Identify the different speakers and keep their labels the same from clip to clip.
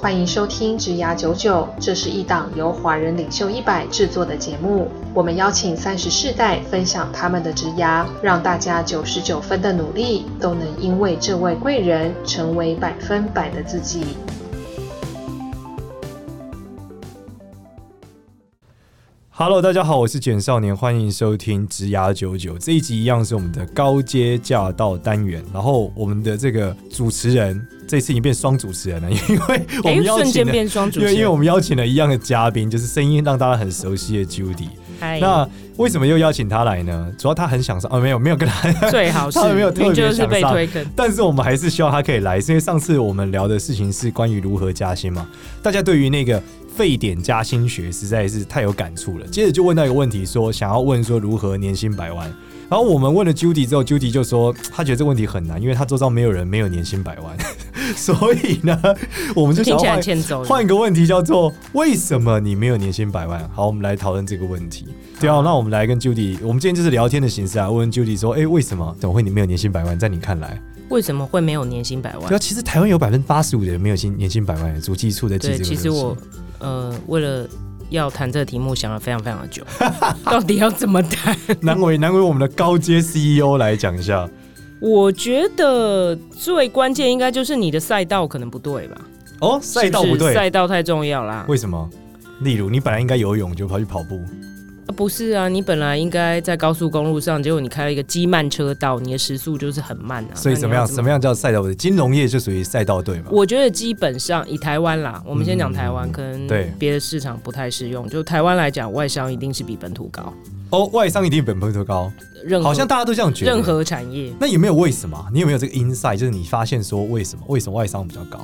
Speaker 1: 欢迎收听《职涯九九》，这是一档由华人领袖一百制作的节目。我们邀请三十世代分享他们的职涯，让大家九十九分的努力都能因为这位贵人成为百分百的自己。
Speaker 2: Hello，大家好，我是简少年，欢迎收听《职涯九九》。这一集一样是我们的高阶驾到单元，然后我们的这个主持人这次已经变双主持人了，因为 我
Speaker 3: 哎，
Speaker 2: 们邀
Speaker 3: 瞬
Speaker 2: 请
Speaker 3: 间
Speaker 2: 了，
Speaker 3: 变双主
Speaker 2: 因
Speaker 3: 持
Speaker 2: 为因为
Speaker 3: 人，
Speaker 2: 我们邀请了一样的嘉宾，就是声音让大家很熟悉的 Judy。
Speaker 3: 嗨
Speaker 2: 那为什么又邀请他来呢？主要他很想上，哦，没有没有跟他
Speaker 3: 最好是
Speaker 2: 他们没有特别
Speaker 3: 明明就是被
Speaker 2: 想上
Speaker 3: 推坑，
Speaker 2: 但是我们还是希望他可以来，是因为上次我们聊的事情是关于如何加薪嘛，大家对于那个沸点加薪学实在是太有感触了。接着就问到一个问题说，想要问说如何年薪百万。然后我们问了 Judy 之后，Judy 就说他觉得这个问题很难，因为他周遭没有人没有年薪百万， 所以呢，我们就
Speaker 3: 听
Speaker 2: 想
Speaker 3: 起
Speaker 2: 要
Speaker 3: 来
Speaker 2: 换
Speaker 3: 欠揍了。
Speaker 2: 换一个问题叫做为什么你没有年薪百万？好，我们来讨论这个问题。对啊，那我们来跟 Judy，我们今天就是聊天的形式啊，问 Judy 说，哎、为什么怎么会你没有年薪百万？在你看来？
Speaker 3: 为什么会没有年薪百万
Speaker 2: 对啊，？其实台湾有百分之八十五的人没有薪年薪百万，足基处在记这
Speaker 3: 对，
Speaker 2: 个
Speaker 3: 其实
Speaker 2: 东西
Speaker 3: 我呃，为了要谈这个题目，想了非常非常的久， 到底要怎么谈？
Speaker 2: 难为难为我们的高阶 CEO 来讲一下
Speaker 3: 我觉得最关键应该就是你的赛道可能不对吧？
Speaker 2: 哦，赛道
Speaker 3: 是
Speaker 2: 不
Speaker 3: 是
Speaker 2: 对，
Speaker 3: 赛道太重要啦。
Speaker 2: 为什么？例如你本来应该游泳，就跑去跑步，
Speaker 3: 啊不是啊，你本来应该在高速公路上，结果你开了一个机慢车道，你的时速就是很慢啊。
Speaker 2: 所以
Speaker 3: 那你
Speaker 2: 怎么
Speaker 3: 要
Speaker 2: 样？
Speaker 3: 怎
Speaker 2: 什么样叫赛道不对？金融业就属于赛道队嘛？
Speaker 3: 我觉得基本上以台湾啦，我们先讲台湾，
Speaker 2: 嗯
Speaker 3: 可能
Speaker 2: 对
Speaker 3: 别的市场不太适用。就台湾来讲，外商一定是比本土高，
Speaker 2: 哦，外商一定本分都高，
Speaker 3: 任何
Speaker 2: 好像大家都这样觉得。
Speaker 3: 任何产业，
Speaker 2: 那有没有为什么？你有没有这个 insight？就是你发现说为什么为什么外商比较高？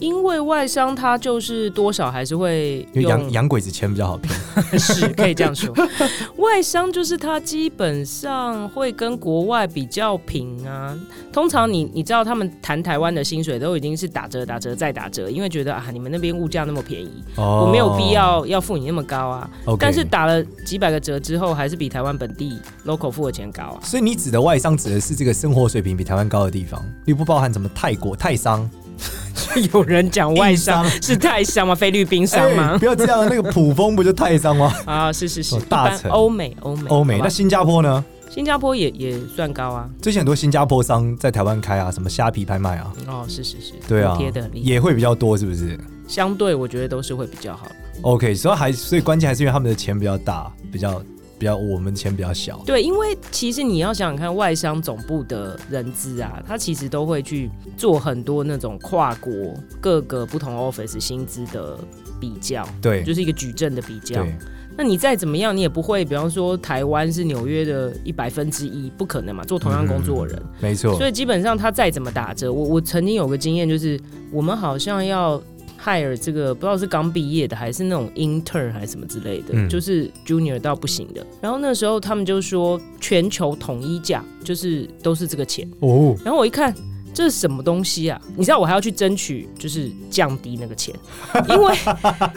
Speaker 3: 因为外商它就是多少还是会
Speaker 2: 因为洋
Speaker 3: 用
Speaker 2: 洋鬼子钱比较好骗。
Speaker 3: 是可以这样说， 外商就是它基本上会跟国外比较平啊。通常你你知道他们谈台湾的薪水都已经是打折打折再打折，因为觉得啊你们那边物价那么便宜，
Speaker 2: 哦
Speaker 3: 我没有必。要要付你那么高啊。
Speaker 2: OK
Speaker 3: 但是打了几百个折之后，还是比台湾本地 local 付的钱高啊。
Speaker 2: 所以你指的外商指的是这个生活水平比台湾高的地方，又不包含什么泰国泰商、
Speaker 3: 有人讲外商
Speaker 2: 印
Speaker 3: 是泰商 吗？菲律宾商
Speaker 2: 哎
Speaker 3: 吗？
Speaker 2: 不要这样，那个普丰不就泰商吗？
Speaker 3: 啊，是是是
Speaker 2: 哦，大
Speaker 3: 一般
Speaker 2: 城
Speaker 3: 欧美欧美
Speaker 2: 欧美
Speaker 3: 好
Speaker 2: 那
Speaker 3: 吧
Speaker 2: 新加坡呢？
Speaker 3: 新加坡也也算高啊。
Speaker 2: 最近很多新加坡商在台湾开啊，什么虾皮拍卖啊，
Speaker 3: 哦，是是是，
Speaker 2: 对啊
Speaker 3: 补贴的很，厉害
Speaker 2: 也会比较多，是不是
Speaker 3: 相对我觉得都是会比较好的。
Speaker 2: ？OK，所以还所以关键还是因为他们的钱比较大，比较比较我们钱比较小。
Speaker 3: 对，因为其实你要想想看，外商总部的人资啊，他其实都会去做很多那种跨国各个不同 office 薪资的比较，
Speaker 2: 对
Speaker 3: 就是一个矩阵的比较。
Speaker 2: 对，
Speaker 3: 那你再怎么样，你也不会，比方说台湾是纽约的一百分之一，不可能嘛，做同样工作的人。
Speaker 2: 嗯没错
Speaker 3: 所。以基本上他再怎么打折，我我曾经有个经验，就是我们好像要 hire 这个不知道是刚毕业的还是那种 intern 还是什么之类的，
Speaker 2: 嗯
Speaker 3: 就是 junior 到不行的。然后那时候他们就说全球统一价，就是都是这个钱。
Speaker 2: 哦，
Speaker 3: 然后我一看。这是什么东西啊？你知道我还要去争取，就是降低那个钱， 因为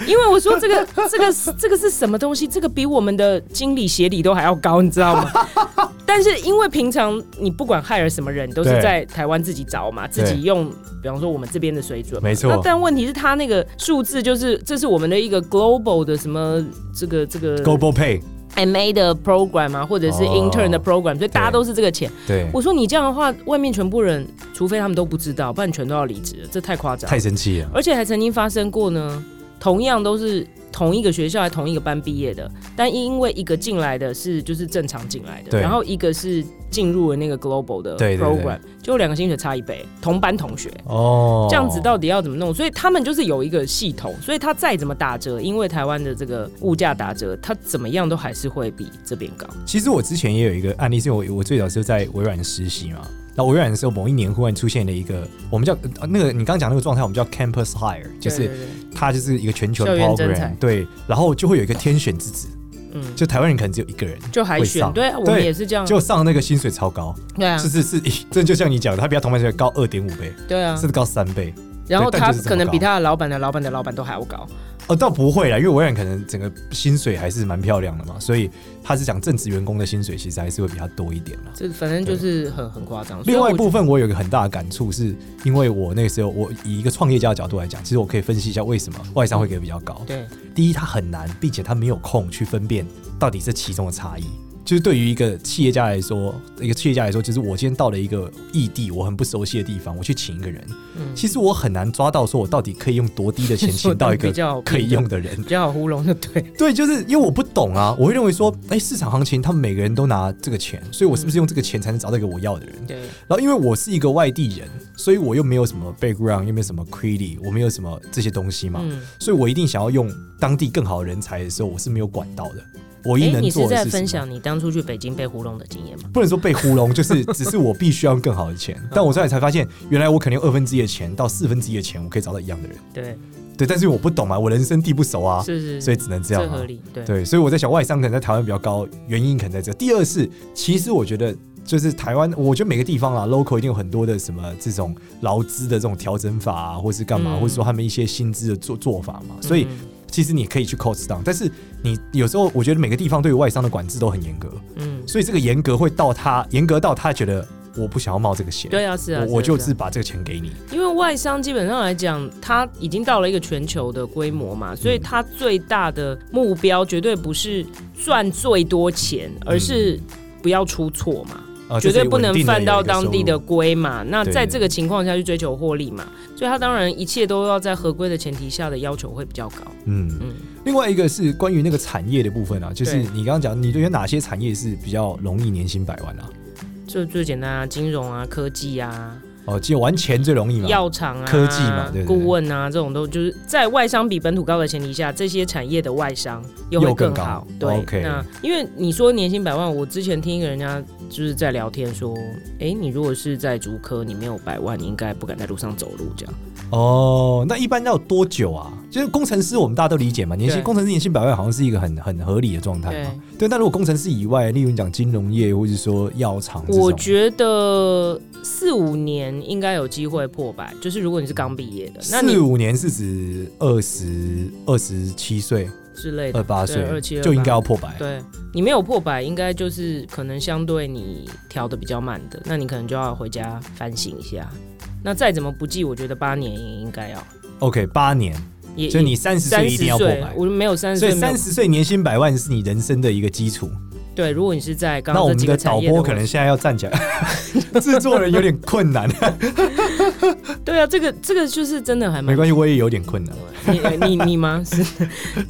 Speaker 3: 因为我说这个这个这个是什么东西？这个比我们的经理协理都还要高，你知道吗？ 但是因为平常你不管害了什么人，都是
Speaker 2: 对
Speaker 3: 在台湾自己找嘛，自己用，比方说我们这边的水准嘛，
Speaker 2: 没错
Speaker 3: 那但问题是，他那个数字就是这是我们的一个 global 的什么这个这个
Speaker 2: Global Pay，
Speaker 3: MA 的 program 啊，或者是
Speaker 2: 哦
Speaker 3: intern 的 program，、所以大家
Speaker 2: 对
Speaker 3: 都是这个钱。
Speaker 2: 对，
Speaker 3: 我说你这样的话，外面全部人，除非他们都不知道，不然全都要离职了，这太夸张了。
Speaker 2: 太生气了。
Speaker 3: 而且还曾经发生过呢，同样都是同一个学校、还同一个班毕业的，但因为一个进来的是就是正常进来的，
Speaker 2: 对
Speaker 3: 然后一个是进入了那个 global 的
Speaker 2: 对对对
Speaker 3: program，就两个薪水差一倍，同班同学。
Speaker 2: 哦，
Speaker 3: 这样子到底要怎么弄？所以他们就是有一个系统，所以他再怎么打折，因为台湾的这个物价打折，他怎么样都还是会比这边高。
Speaker 2: 其实我之前也有一个案例，是因为我我最早是在微软实习嘛。那微软的时候，某一年忽然出现了一个，我们叫呃那个你刚讲那个状态，我们叫 campus hire，就是
Speaker 3: 对对
Speaker 2: 它就是一个全球的
Speaker 3: 校园征
Speaker 2: program，
Speaker 3: 才
Speaker 2: 对，然后就会有一个天选之子，
Speaker 3: 对嗯，
Speaker 2: 就台湾人可能只有一个人，
Speaker 3: 就海
Speaker 2: 会
Speaker 3: 选
Speaker 2: 上
Speaker 3: 对啊，我们
Speaker 2: 对
Speaker 3: 也是这样，
Speaker 2: 就上那个薪水超高，
Speaker 3: 对啊
Speaker 2: 是，是是， 这就像你讲的，他比他同伴学高二点五倍，
Speaker 3: 对啊
Speaker 2: 甚，至高三倍，
Speaker 3: 然后
Speaker 2: 对但
Speaker 3: 他
Speaker 2: 就是这么
Speaker 3: 可能比
Speaker 2: 高
Speaker 3: 他的老板的老板的老板都还要高，
Speaker 2: 哦，倒不会啦，因为微软可能整个薪水还是蛮漂亮的嘛，所以他是讲正职员工的薪水其实还是会比他多一点啦。
Speaker 3: 这反正就是很很夸张。所以
Speaker 2: 另
Speaker 3: 我
Speaker 2: 外一
Speaker 3: 觉
Speaker 2: 部分，我有一个很大的感触，是因为我那个时候，我以一个创业家的角度来讲，其实我可以分析一下为什么外商会给比较高。
Speaker 3: 对
Speaker 2: 第一，它很难，并且它没有空去分辨到底这其中的差异。就是对于一个企业家来说，一个企业家来说，就是我今天到了一个异地，我很不熟悉的地方，我去请一个人，
Speaker 3: 嗯
Speaker 2: 其实我很难抓到说我到底可以用多低的 钱请到一
Speaker 3: 比
Speaker 2: 个
Speaker 3: 较
Speaker 2: 可以用的人。
Speaker 3: 比较好糊弄就对。
Speaker 2: 对，就是因为我不懂啊，我会认为说，哎、市场行情，他们每个人都拿这个钱，所以我是不是用这个钱才能找到一个我要的人？
Speaker 3: 对，
Speaker 2: 然后因为我是一个外地人，所以我又没有什么 background，又没有什么 credit，我没有什么这些东西嘛，
Speaker 3: 嗯，
Speaker 2: 所以我一定想要用当地更好的人才的时候，我是没有管到的。我一
Speaker 3: 哎，
Speaker 2: 能
Speaker 3: 你是
Speaker 2: 做的
Speaker 3: 在
Speaker 2: 是什么
Speaker 3: 分享你当初去北京被糊弄的经验吗？
Speaker 2: 不能说被糊弄，就是只是我必须要用更好的钱。但我后来才发现，原来我可能用二分之一的钱到四分之一的钱，我可以找到一样的人。
Speaker 3: 对，
Speaker 2: 对，但是我不懂嘛，我人生地不熟啊，
Speaker 3: 是是，
Speaker 2: 所以只能这样、
Speaker 3: 这
Speaker 2: 啊
Speaker 3: 合。理。对，
Speaker 2: 对，所以我在想外商可能在台湾比较高，原因可能在这。第二是，其实我觉得就是台湾，我觉得每个地方啦，local 一定有很多的什么这种劳资的这种调整法啊，或是干嘛，
Speaker 3: 嗯
Speaker 2: 或者说他们一些薪资的做做法嘛。所以
Speaker 3: 嗯
Speaker 2: 其实你可以去 cost down，但是你有时候我觉得每个地方对于外商的管制都很严格，
Speaker 3: 嗯，
Speaker 2: 所以这个严格会到他严格到他觉得我不想要冒这个险，
Speaker 3: 对啊，是啊，
Speaker 2: 我我就
Speaker 3: 啊
Speaker 2: 是把这个钱给你。
Speaker 3: 因为外商基本上来讲，它已经到了一个全球的规模嘛，所以
Speaker 2: 嗯
Speaker 3: 它最大的目标绝对不是赚最多钱，而是
Speaker 2: 嗯
Speaker 3: 不要出错嘛，
Speaker 2: 呃，
Speaker 3: 绝
Speaker 2: 这
Speaker 3: 对
Speaker 2: 是
Speaker 3: 不
Speaker 2: 稳
Speaker 3: 能
Speaker 2: 定的
Speaker 3: 犯
Speaker 2: 有
Speaker 3: 到
Speaker 2: 一个收
Speaker 3: 当地
Speaker 2: 入
Speaker 3: 的规嘛。那
Speaker 2: 对
Speaker 3: 在
Speaker 2: 对
Speaker 3: 这个情况下去追求获利嘛，所以它当然一切都要在合规的前提下的要求会比较高。
Speaker 2: 嗯
Speaker 3: 嗯，
Speaker 2: 另外一个是关于那个产业的部分啊，就是
Speaker 3: 对
Speaker 2: 你刚刚讲，你觉得哪些产业是比较容易年薪百万啊？
Speaker 3: 就最简单啊，金融啊、科技啊、
Speaker 2: 哦，只有玩钱最容易嘛？
Speaker 3: 药厂啊、
Speaker 2: 科技嘛对对对
Speaker 3: 顾问啊，这种都就是在外商比本土高的前提下，这些产业的外商又会
Speaker 2: 又更高
Speaker 3: 好。对
Speaker 2: OK
Speaker 3: 那因为你说年薪百万，我之前听一个人家就是在聊天说，哎，你如果是在竹科，你没有百万，你应该不敢在路上走路这样。
Speaker 2: 哦，那一般要多久啊？就是工程师，我们大家都理解嘛，年薪
Speaker 3: 对
Speaker 2: 工程师年薪百万好像是一个很很合理的状态嘛。对，那如果工程师以外，例如你讲金融业或者说药厂这种，
Speaker 3: 我觉得四五年应该有机会破百，就是如果你是刚毕业的，那
Speaker 2: 四
Speaker 3: 你
Speaker 2: 五年是指二十二十七岁、
Speaker 3: 之类的
Speaker 2: 二八岁
Speaker 3: 对27
Speaker 2: 就应该要破百。
Speaker 3: 对你没有破百，应该就是可能相对你调的比较慢的，那你可能就要回家反省一下。那再怎么不济，我觉得八年也应该要，
Speaker 2: OK，八年，
Speaker 3: 也
Speaker 2: 所以你三十岁
Speaker 3: 三
Speaker 2: 一
Speaker 3: 十
Speaker 2: 定要破
Speaker 3: 岁
Speaker 2: 百，。
Speaker 3: 我没有三十
Speaker 2: 所以
Speaker 3: 岁没有，
Speaker 2: 三十岁年薪百万是你人生的一个基础。
Speaker 3: 对，如果你是在刚
Speaker 2: 那
Speaker 3: 刚
Speaker 2: 我
Speaker 3: 这
Speaker 2: 们
Speaker 3: 几
Speaker 2: 的
Speaker 3: 个
Speaker 2: 导
Speaker 3: 产业的
Speaker 2: 播
Speaker 3: 话
Speaker 2: 可能现在要站起 来，制作人有点困难，
Speaker 3: 嗯对啊，这个这个就是真的还蛮
Speaker 2: 没关系，我也有点困难。
Speaker 3: 你你你吗？ 是，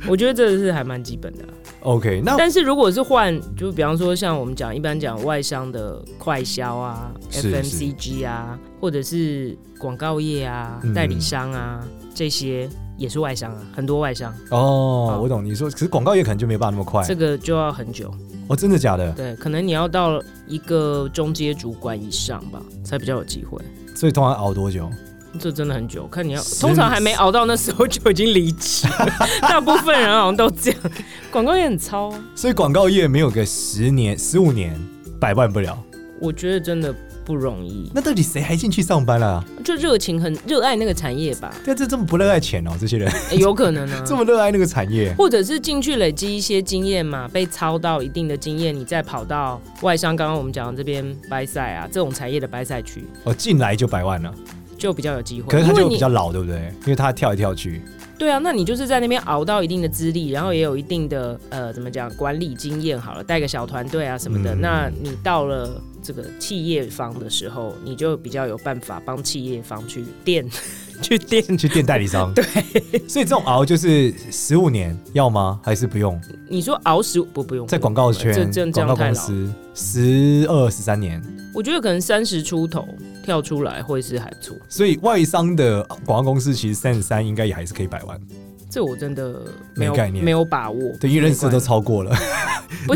Speaker 3: 我觉得这个是还蛮基本的啊、
Speaker 2: OK，那
Speaker 3: 但是如果是换，就比方说像我们讲一般讲外商的快销啊、
Speaker 2: 是
Speaker 3: FMCG 啊，或者是广告业啊、
Speaker 2: 嗯
Speaker 3: 代理商啊这些。也是外商啊，很多外商，
Speaker 2: 哦
Speaker 3: 好，
Speaker 2: 我懂你说，可是广告业可能就没办法那么快
Speaker 3: 这个就要很久，
Speaker 2: 哦，真的假的？
Speaker 3: 对，可能你要到一个中阶主管以上吧，才比较有机会。
Speaker 2: 所以通常熬多久？
Speaker 3: 这真的很久，看你要，
Speaker 2: 是
Speaker 3: 通常还没熬到那时候就已经离职 了，大部分人好像都这样。广告也很糙啊、
Speaker 2: 所以广告业没有个十年、十五年，百万不了。
Speaker 3: 我觉得真的不容易，
Speaker 2: 那到底谁还进去上班啦、
Speaker 3: 就热情很热爱那个产业吧。
Speaker 2: 但这这么不热爱钱哦，这些人
Speaker 3: 欸 有可能啊
Speaker 2: 这。么热爱那个产业，
Speaker 3: 或者是进去累积一些经验嘛，被操到一定的经验，你再跑到外商，刚刚我们讲的这边掰赛啊，这种产业的掰赛区
Speaker 2: 哦，进来就百万了，
Speaker 3: 嗯就比较有机会。
Speaker 2: 可是他
Speaker 3: 因为
Speaker 2: 就
Speaker 3: 你
Speaker 2: 比较老，对不对？因为他跳来跳去，
Speaker 3: 对啊，那你就是在那边熬到一定的资历，然后也有一定的呃怎么讲管理经验好了，带个小团队啊什么的。
Speaker 2: 嗯
Speaker 3: 那你到了这个企业方的时候，你就比较有办法帮企业方去垫 去垫
Speaker 2: 去店代理 商。对，所以这种熬就是十五年，要吗？还是不用？
Speaker 3: 你说熬十五不不用
Speaker 2: 在广告
Speaker 3: 这
Speaker 2: 圈
Speaker 3: 这、这
Speaker 2: 广
Speaker 3: 样
Speaker 2: 告公
Speaker 3: 太老了。
Speaker 2: 司十二十三年，
Speaker 3: 我觉得可能三十出头跳出来会是还不错，
Speaker 2: 所以外商的广告公司其实三十三应该也还是可以百万，
Speaker 3: 这我真的没有
Speaker 2: 没概念
Speaker 3: 没有把握。
Speaker 2: 对，因为认识的都
Speaker 3: 没关系
Speaker 2: 超过了，
Speaker 3: 不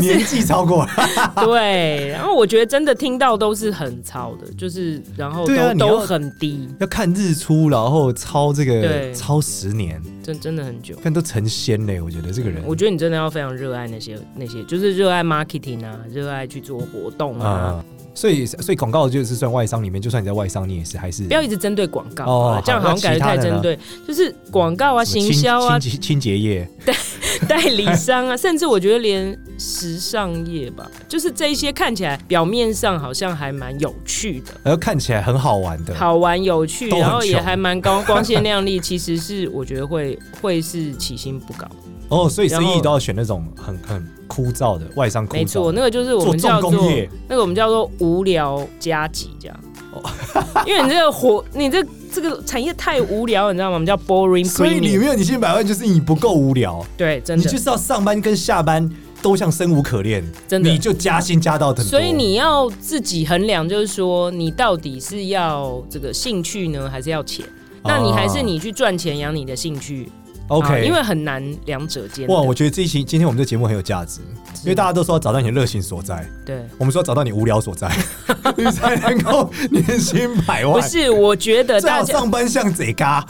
Speaker 2: 年
Speaker 3: 是
Speaker 2: 纪超过 了，
Speaker 3: 对，然后我觉得真的听到都是很糙的，就是然后都、
Speaker 2: 对啊你要
Speaker 3: 都很低，
Speaker 2: 要看日出，然后超这个
Speaker 3: 对
Speaker 2: 超十年，
Speaker 3: 真真的很久。
Speaker 2: 看都成仙嘞，我觉得这个人，
Speaker 3: 我觉得你真的要非常热爱那些那些，就是热爱 marketing 啊，热爱去做活动啊，
Speaker 2: 啊、所以所以广告就是算外商里面，就算你在外商，你也是还是
Speaker 3: 不要一直针对广告、
Speaker 2: 哦
Speaker 3: 啊，这样好像感觉太针对，就是广告啊、
Speaker 2: 什么
Speaker 3: 行
Speaker 2: 清
Speaker 3: 销啊、
Speaker 2: 清洁清洁业，
Speaker 3: 代理商啊，甚至我觉得连时尚业吧，就是这一些看起来表面上好像还蛮有趣的。
Speaker 2: 然后看起来很好玩的，
Speaker 3: 好玩有趣，
Speaker 2: 都很
Speaker 3: 然后也
Speaker 2: 穷
Speaker 3: 还蛮 高光鲜亮丽，其实是我觉得会会是起薪不高，
Speaker 2: 哦，所以生
Speaker 3: 然
Speaker 2: 意
Speaker 3: 后
Speaker 2: 都要选那种很很枯燥的外商枯燥的，
Speaker 3: 没错，那个就是我们
Speaker 2: 做重
Speaker 3: 叫
Speaker 2: 工
Speaker 3: 做
Speaker 2: 业哦
Speaker 3: 那个我们叫做无聊加急这样， 因为你这个活，你这这个产业太无聊，你知道吗？我们叫 boring
Speaker 2: 所以里
Speaker 3: premium，
Speaker 2: 面有你薪百万就是你不够无聊，
Speaker 3: 对，真
Speaker 2: 你
Speaker 3: 的
Speaker 2: 就，是要上班跟下班都像生无可恋，
Speaker 3: 真的
Speaker 2: 你就加薪加到很多。
Speaker 3: 所以你要自己衡量，就是说你到底是要这个兴趣呢，还是要钱？那你还是你去赚钱养你的兴趣啊
Speaker 2: 哦 OK，
Speaker 3: 因为很难两者兼得。
Speaker 2: 哇，我觉得这一期今天我们这节目很有价值，因为大家都说要找到你的热情所在，
Speaker 3: 对。
Speaker 2: 我们说要找到你无聊所 在，你才能够年薪百
Speaker 3: 不
Speaker 2: 万。
Speaker 3: 是，我觉得
Speaker 2: 最
Speaker 3: 大
Speaker 2: 好
Speaker 3: 家
Speaker 2: 上班像贼 嘎，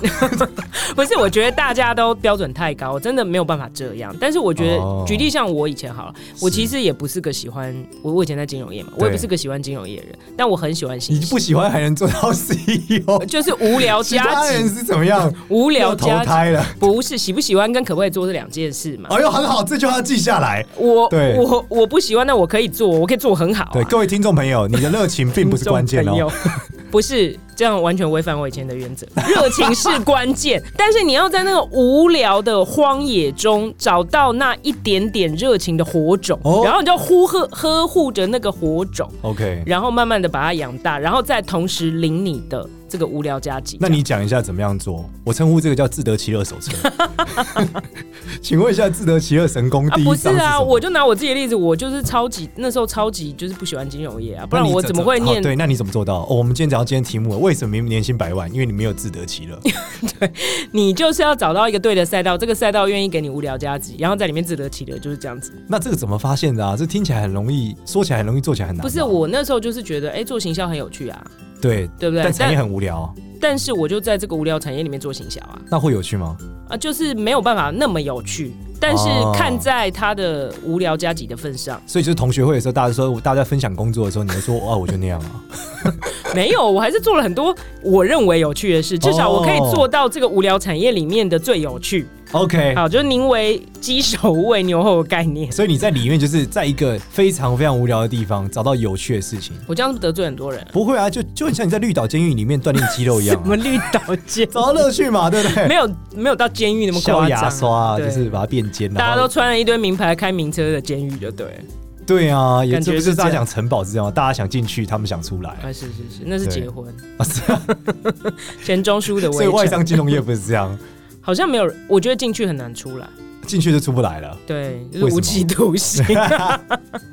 Speaker 3: 不是，我觉得大家都标准太高，真的没有办法这样。但是我觉
Speaker 2: 哦
Speaker 3: 得，举例像我以前好了，我其实也不是个喜欢我，我以前在金融业嘛，我也不是个喜欢金融业的人，但我很喜欢
Speaker 2: 你
Speaker 3: 信
Speaker 2: 就
Speaker 3: 息，
Speaker 2: 不喜欢还能做到 CEO，
Speaker 3: 就是无聊
Speaker 2: 其
Speaker 3: 加
Speaker 2: 他人
Speaker 3: 急，
Speaker 2: 是怎么样？
Speaker 3: 无聊
Speaker 2: 要投
Speaker 3: 加急
Speaker 2: 胎了。
Speaker 3: 不是喜不喜欢跟可不可以做是两件事嘛。
Speaker 2: 哎呦，很好，这句话要记下来。
Speaker 3: 我
Speaker 2: 对
Speaker 3: 我我不喜欢，但我可以做，我可以做很好、啊。
Speaker 2: 对各位听众朋友，你的热情并不是关键
Speaker 3: 听众
Speaker 2: 哦。
Speaker 3: 朋 友。不是这样，完全违反我以前的原则。热情是关键， 但是你要在那个无聊的荒野中找到那一点点热情的火种，
Speaker 2: 哦
Speaker 3: 然后你就呼呵呵护着那个火种，
Speaker 2: OK，
Speaker 3: 然后慢慢的把它养大，然后再同时领你的这个无聊加急。
Speaker 2: 那你讲一下怎么样做？我称呼这个叫自得其乐手册。 请问一下，自得其乐神功
Speaker 3: 啊
Speaker 2: 第一
Speaker 3: 不
Speaker 2: 章
Speaker 3: 是
Speaker 2: 什
Speaker 3: 啊，
Speaker 2: 么
Speaker 3: 我就拿我自己的例子，我就是超级那时候超级就是不喜欢金融业啊，不然
Speaker 2: 那你
Speaker 3: 我怎么会
Speaker 2: 好
Speaker 3: 念
Speaker 2: 对，那你怎么做到？哦，我们今天讲到今天题目了，为什么明明年薪百万？因为你没有自得其 乐。
Speaker 3: 你就是要找到一个对的赛道，这个赛道愿意给你无聊加急，然后在里面自得其乐，就是这样子。
Speaker 2: 那这个怎么发现的啊？这听起来很容易，说起来很容易，做起来很难吧。
Speaker 3: 不是我那时候就是觉得，哎、做行销很有趣啊，
Speaker 2: 对，
Speaker 3: 对不对？
Speaker 2: 但产业
Speaker 3: 但
Speaker 2: 很无聊，啊
Speaker 3: 但是我就在这个无聊产业里面做行销啊，
Speaker 2: 那会有趣吗？
Speaker 3: 啊，就是没有办法那么有趣。但是
Speaker 2: 哦
Speaker 3: 看在他的无聊加急的份上，
Speaker 2: 所以就是同学会的时候，大家说大家分享工作的时候，你们说啊，我就那样 啊。
Speaker 3: 没有，我还是做了很多我认为有趣的事，至少我可以
Speaker 2: 哦
Speaker 3: 做到这个无聊产业里面的最有趣。
Speaker 2: OK，
Speaker 3: 好，就是宁为鸡首不为牛后的概念。
Speaker 2: 所以你在里面就是在一个非常非常无聊的地方找到有趣的事情。
Speaker 3: 我这样是不是得罪很多人啊、
Speaker 2: 不会啊，就就很像你在绿岛监狱里面锻炼肌肉一样、
Speaker 3: 我
Speaker 2: 啊
Speaker 3: 们，绿岛 街
Speaker 2: 找到乐趣嘛，对不对？
Speaker 3: 没有没有到监狱那么
Speaker 2: 削
Speaker 3: 夸张
Speaker 2: 牙
Speaker 3: 啊，
Speaker 2: 刷啊，
Speaker 3: 对
Speaker 2: 就是把它变尖。
Speaker 3: 大家
Speaker 2: 然后
Speaker 3: 都穿了一堆名牌开名车的监狱，就对了。
Speaker 2: 对啊，也
Speaker 3: 感觉
Speaker 2: 这不
Speaker 3: 是
Speaker 2: 是
Speaker 3: 这
Speaker 2: 大
Speaker 3: 样
Speaker 2: 家讲城堡是这样，大家想进去，他们想出来
Speaker 3: 啊，是是是，那是
Speaker 2: 对
Speaker 3: 结婚
Speaker 2: 啊，是啊，
Speaker 3: 钱钟书的
Speaker 2: 所以
Speaker 3: 围
Speaker 2: 外
Speaker 3: 城，
Speaker 2: 商金融业不是这样，
Speaker 3: 好像没有人，我觉得进去很难出来。
Speaker 2: 进去就出不来 了。
Speaker 3: 对，就
Speaker 2: 为什
Speaker 3: 是
Speaker 2: 么
Speaker 3: 无期徒刑。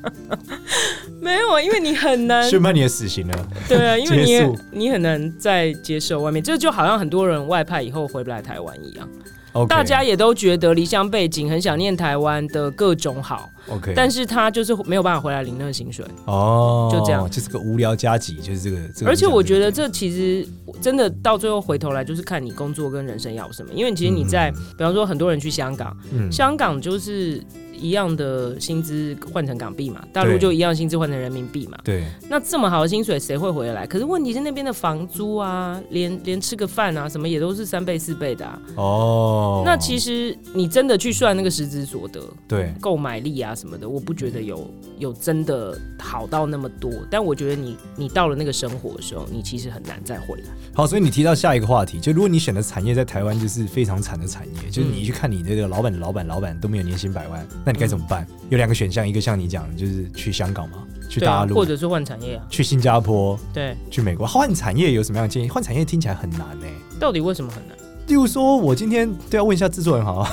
Speaker 3: 没有，啊，因为你很难
Speaker 2: 宣判你的死刑了，
Speaker 3: 对啊，因为你
Speaker 2: 结
Speaker 3: 也
Speaker 2: 束
Speaker 3: 你很难再接受外面，这就好像很多人外派以后回不来台湾一样，
Speaker 2: OK，
Speaker 3: 大家也都觉得离乡背景很想念台湾的各种好，
Speaker 2: OK，
Speaker 3: 但是他就是没有办法回来领那个薪水。
Speaker 2: 哦，
Speaker 3: 就这样
Speaker 2: 就是个无聊加急，就是这个这个。
Speaker 3: 而且我觉得这其实真的到最后回头来就是看你工作跟人生要什么，因为其实你在，比方说很多人去香港，
Speaker 2: 嗯
Speaker 3: 香港就是一样的薪资换成港币嘛，大陆
Speaker 2: 对
Speaker 3: 就一样薪资换成人民币嘛。
Speaker 2: 对，
Speaker 3: 那这么好的薪水谁会回来？可是问题是那边的房租啊，连连吃个饭啊什么也都是三倍四倍的啊。
Speaker 2: 哦，
Speaker 3: 那其
Speaker 2: 实
Speaker 3: 实你真的去算那个实质所得、
Speaker 2: 对
Speaker 3: 购买力啊什么的，我不觉得有
Speaker 2: 嗯
Speaker 3: 有真的好到那么多。但我觉得你你到了那个生活的时候，你其实很难再回来。
Speaker 2: 好，所以你提到下一个话题，就如果你选的产业在台湾就是非常惨的产业，
Speaker 3: 嗯
Speaker 2: 就是你去看你那个老板的老板老板都没有年薪百万，那你该怎么办？有两个选项，一个像你讲的就是去香港嘛，去
Speaker 3: 对啊
Speaker 2: 大，陆，
Speaker 3: 或者是换产业啊。
Speaker 2: 去新加坡，
Speaker 3: 对，
Speaker 2: 去美国。换产业有什么样的建议？换产业听起来很难呢、
Speaker 3: 到底为什么很难？
Speaker 2: 例如说，我今天都要问一下制作人好啊。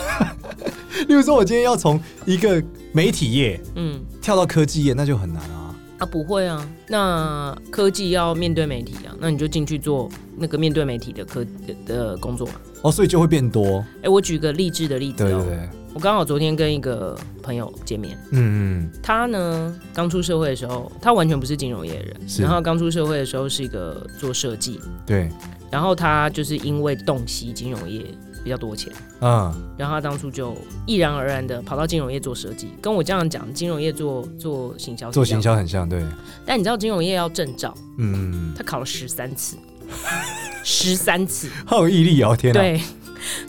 Speaker 2: 例如说，我今天要从一个媒体业
Speaker 3: 嗯，
Speaker 2: 跳到科技业，那就很难啊。
Speaker 3: 啊，不会啊。那科技要面对媒体啊，那你就进去做那个面对媒体的科的的工作嘛。
Speaker 2: 哦，所以就会变多。
Speaker 3: 哎、我举个励志的例子
Speaker 2: 对
Speaker 3: 哦。
Speaker 2: 对对，
Speaker 3: 我刚好昨天跟一个朋友见面，
Speaker 2: 嗯
Speaker 3: 他呢刚出社会的时候，他完全不是金融业的人，
Speaker 2: 是
Speaker 3: 然后刚出社会的时候是一个做设计，
Speaker 2: 嗯，对，
Speaker 3: 然后他就是因为洞悉金融业比较多钱。
Speaker 2: 嗯，
Speaker 3: 然后他当初就毅然而然的跑到金融业做设计，跟我这样讲，金融业做做行销，
Speaker 2: 做行。销很像，对，
Speaker 3: 但你知道金融业要证照，
Speaker 2: 嗯，
Speaker 3: 他考了十三次，十三次，
Speaker 2: 好有毅力哦，天哪，
Speaker 3: 对